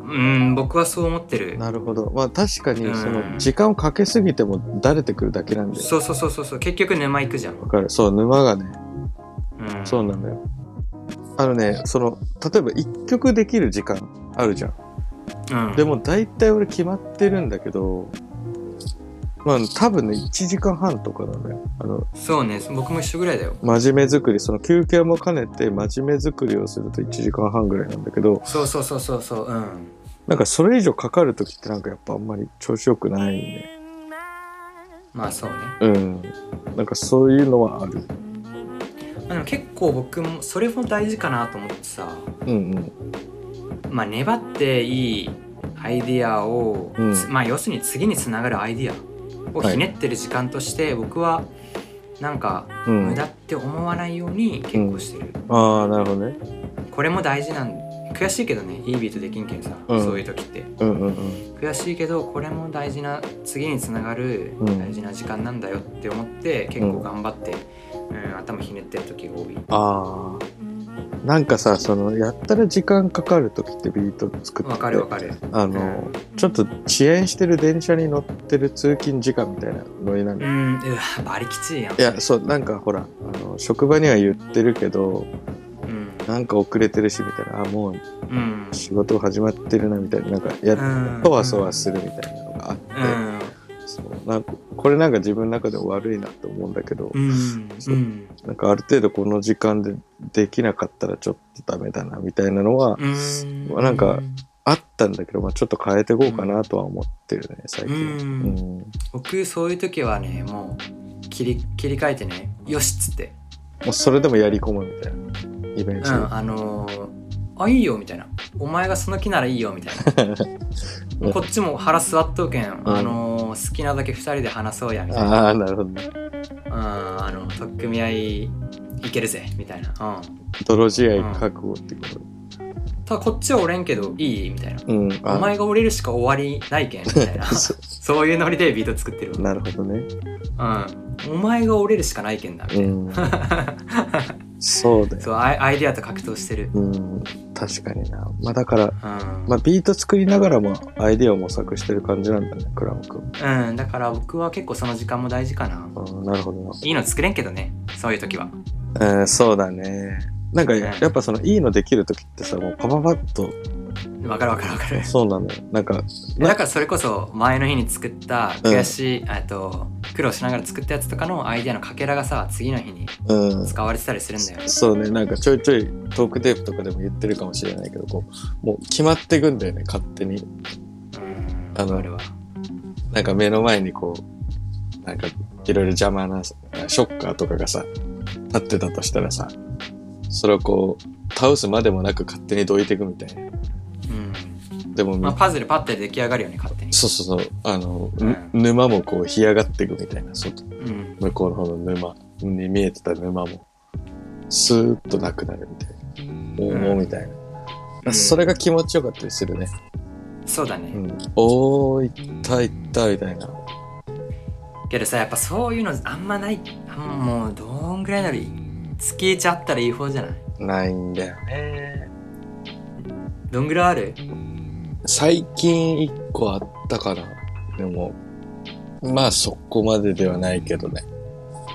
うん僕はそう思ってる
なるほどまあ確かに
うん
その時間をかけすぎてもだれてくるだけなんで
そうそうそうそうそう結局沼行くじゃん、
わかるそう沼がね
うん、
そうなんだよあのねその例えば一曲できる時間あるじゃん
うん、
でも大体俺決まってるんだけど、まあ多分ね、1時間半とかだね。あの、
そうね僕も一緒ぐらいだよ
真面目作り、その休憩も兼ねて真面目作りをすると1時間半ぐらいなんだけど、
そうそうそうそうそううん
なんかそれ以上かかる時ってなんかやっぱあんまり調子良くないね。
まあそうね、ま
うん。なんかそういうのはある。
あ、でも結構僕もそれも大事かなと思ってさ
うん
まあ粘っていいアイディアを、
うん
つまあ要するに次につながるアイディアをひねってる時間として僕はなんか
うん。う
無
ん。
駄
あ
って思わないように結構してる、
あー、なるほどね。
これも大事なん悔しいけどねいいビートできんけんさ、
うん
そういう時って
うんうんうん。
悔しいけどこれも大事な次につながる
うん
大事な時間なんだよって思って結構頑張って、うん、頭ひねってる時が多い
ああ。なんかさ、その、やったら時間かかる時ってビート作って。
わかるわかる
あの、ちょっと遅延してる電車に乗ってる通勤時間みたいなノリな
う
の。
んうわバリきついやん
いや、そう、なんかほら、あの、職場には言ってるけど、
うん
なんか遅れてるし、みたいな、あ、もう
うん
仕事始まってるな、みたいな、なんか、や
うん
っとわそわするみたいなのがあって、
うん
そうなんか、これなんか自分の中でも悪いなって思うんだけど、
うん
そう
うん
なんかある程度この時間でできなかったらちょっとダメだな、みたいなのは
うん
まあなんかあったんだけど、まあちょっと変えていこうかなとは思ってるね、最近。
うん
うん
僕そういう時はねもう切り切り替えてねよしっつって
もうそれでもやり込むみたいなイメ
う
ー
ん
ジ、
あのーあいいよみたいなお前がその気ならいいよみたい
*laughs*
なこっちも腹座っとうけん、あのー好きなだけ2人で話そうやみたいな
ああなるほどね
うんあの取っ組み合いいけるぜみたいな、うん、
泥仕合覚悟ってこと、
ただこっちは折れんけどいいみたいな
うんあ
お前が折れるしか終わりないけんみ
*laughs*
たいな
そ
そういうノリでビート作ってる
うなるほどね
うん、お前が折れるしかないけんだみた *laughs*
う
いな、
ん
う
そうだよ。
そうアイアイデアと格闘してる
うん、確かにな。まあだから、
うん、
まあビート作りながらもアイデアを模索してる感じなんだね、クラム君。
うん、だから僕は結構その時間も大事かな
うん、なるほどな。
いいの作れんけどねそういう時は
うん、そうだね。なんかやっぱそのいいのできる時ってさもうパパパッと
わかるわかるわかる
そうなのよなんか
だからそれこそ前の日に作った
うん
悔しい、えっと苦労しながら作ったやつとかのアイデアのかけらがさ次の日に
うん
使われてたりするんだよ、
そうねなんかちょいちょいトークテープとかでも言ってるかもしれないけどこうもう決まってくんだよね勝手に
うん、
あの
わかるわ
なんか目の前にこうなんかいろいろ邪魔なショッカーとかがさ立ってたとしたらさそれをこう倒すまでもなく勝手にどいていくみたいな
うん
でも、
まあ、パズルパッて出来上がるよね勝手に
そうそうそうあの、
うん
沼もこう干上がっていくみたいなそう
うん
向こうの方の沼に見えてた沼もスーッとなくなるみたいな、
うん
おおみたいな、
うん
それが気持ちよかったりするね、
そうだ
う
ね、
ん、おーいったいったみたいな
けどさやっぱそういうのあんまないあんもうどんぐらいならいい月1あったらいい方じゃない
ないんだよね
どんぐらいある
最近一個あったかなでもまあそこまでではないけどね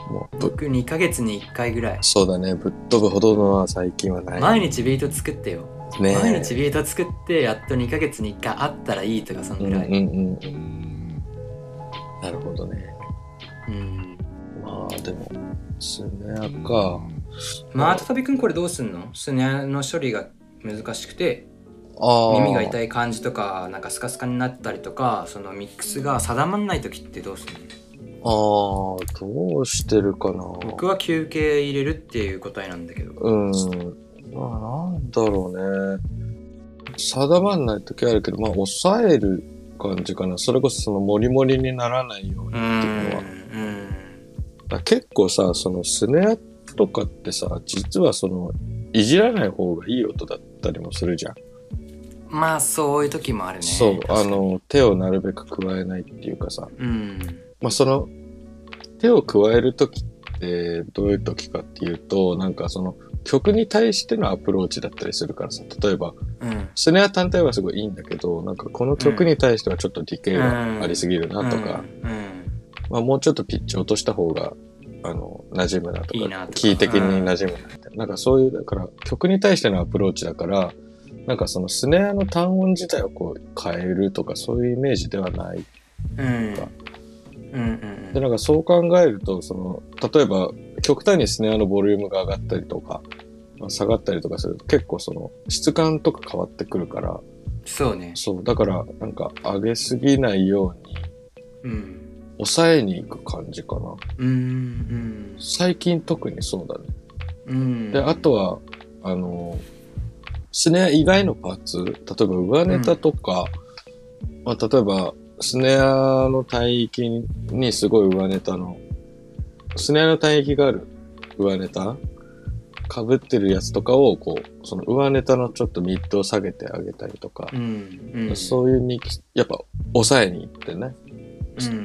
もうぶ
僕2ヶ月に1回ぐらい
そうだねぶっ飛ぶほどのは最近はない
毎日ビート作ってよ
ね
毎日ビート作ってやっと2ヶ月に1回あったらいいとかそん
う
ぐ
んうん
らい、
うんなるほどね
うん
まあでもスネアか
まあたたびくんこれどうすんのスネアの処理が難しくて
あー
耳が痛い感じとかなんかスカスカになったりとかそのミックスが定まんない時ってどうすんの
あーどうしてるかな
僕は休憩入れるっていう答えなんだけど
うんまあなんだろうね定まんない時あるけどまあ抑える感じかなそれこそそのモリモリにならないように
う
っていうのは
ん
だ結構さそのスネアとかってさ実はそのいじらない方がいい音だったりもするじゃん、
まあそういう時もあるね
そう
確か
あ
に
の手をなるべく加えないっていうかさ
うん
まあ、その手を加える時ってどういう時かっていうとなんかその曲に対してのアプローチだったりするからさ例えば
うん
スネア単体はすごいいいんだけどなんかこの曲に対してはちょっとディケイがありすぎるなとか、
うんうん
まあ、もうちょっとピッチ落とした方があの馴染むなとか
いいなとか
キー的に馴染むなみたいな,、なんかそういうだから曲に対してのアプローチだからなんかそのスネアの単音自体をこう変えるとかそういうイメージではない
うん
とか
うんうん
でなんかそう考えるとその例えば極端にスネアのボリュームが上がったりとかまあ下がったりとかすると結構その質感とか変わってくるから
そうね
そうだからなんか上げすぎないように
うん
抑えに行く感じかな
うん
最近特にそうだね
うんうん
であとはあのスネア以外のパーツ例えば上ネタとか、まあ、例えばスネアの帯域にすごい上ネタのスネアの帯域がある上ネタ被ってるやつとかをこうその上ネタのちょっとミッドを下げてあげたりとか
う、んうん
そういうミキやっぱ抑えに行ってね、
うん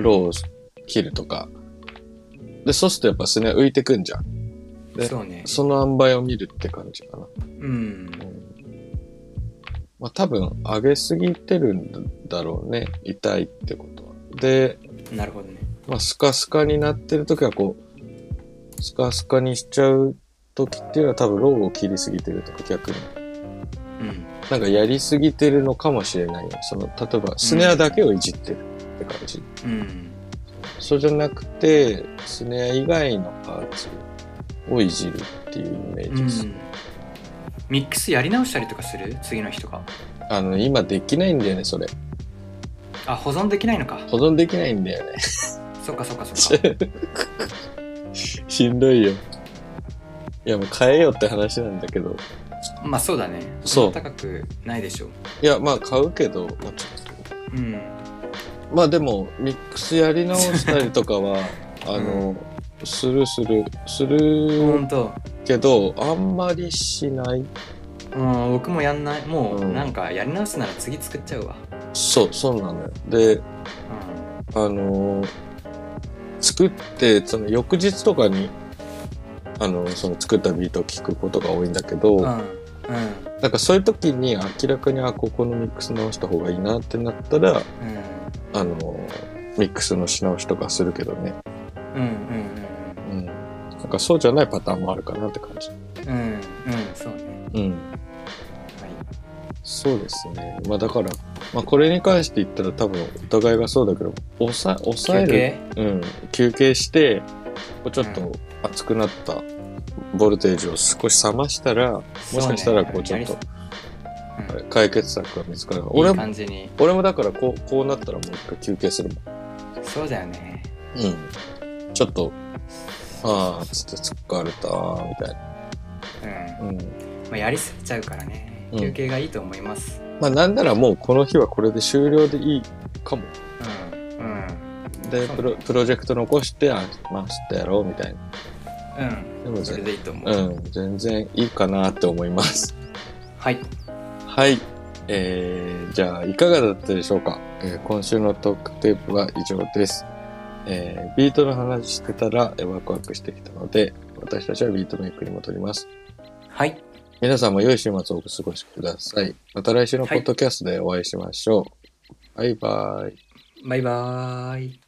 ローを切るとかでそうするとやっぱスネア浮いてくんじゃんで
そうね
その塩梅を見るって感じかな
うん
まあ、多分上げすぎてるんだろうね痛いってことは。で、
なるほどね
まあ、スカスカになってる時はこうスカスカにしちゃう時っていうのは多分ローを切りすぎてるとか逆に
うん
なんかやりすぎてるのかもしれないよその例えばスネアだけをいじってるって感じ、
うん
それじゃなくてスネア以外のパーツをいじるっていうイメージです、
うんミックスやり直したりとかする次の日とか
あの今できないんだよねそれ
あ保存できないのか
保存できないんだ
*laughs*
よね
そっかそっかそっか
しんどいよ。いや、もう変えようって話なんだけど。
まあそうだね
そう
そんな高くないでしょう
いや、まあ買うけど、まあちょっと
うん
まあでも、ミックスやり直したりとかは、
*laughs*
あの、するする、する
本当
けど、あんまりしない。
うん僕もやんないもう
うん
なんかやり直すなら次作っちゃうわ
そう、そうなのよ。で、あの、作って、その翌日とかに、ああのその作ったビートを聴くことが多いんだけど、
うんう
なんんかそういう時に明らかにあここのミックス直した方がいいなってなったらあのミックスのし直しとかするけどね、
うんうん
うん、なんかそうじゃないパターンもあるかなって感じ。
うんうんうんうんそうね
うん
はい
そうですね。まあだから、まあこれに関して言ったら多分お互いがそうだけど、抑え、抑え
休
る。
憩
うん。休憩して、こうちょっ
う
と熱くなったボルテージを少し冷ましたら、もしかしたらこうち
そ
ょ
ね
っと
やりそううん
解決策が見つかる。
い
俺
い
も、
感じに
俺もだからこう、こうなったらもう一回休憩するも
そうだよね
ん。うん。ちょっと、ああ、ちょっと疲れたー、みたいな。
うん
うん。
まあやりすぎちゃうからね
うん
休憩がいいと思います
まあなんならもうこの日はこれで終了でいいかも。
うんうん
で、プロプロジェクト残して、あ、まあ、ちょっとやろうみたいな。
うん
でも
それ
全、
でいいと思う
うん、全然いいかなって思います。
はい
はい。えー、じゃあ、いかがだったでしょうか、えー今週のトークテープは以上です。えー、ビートの話してたら、えーワクワクしてきたので、私たちはビートメイクに戻ります。
はい
皆さんも良い週末をお過ごしください。また来週のポッドキャストでお会いしましょう。バイバイ。
バイバーイ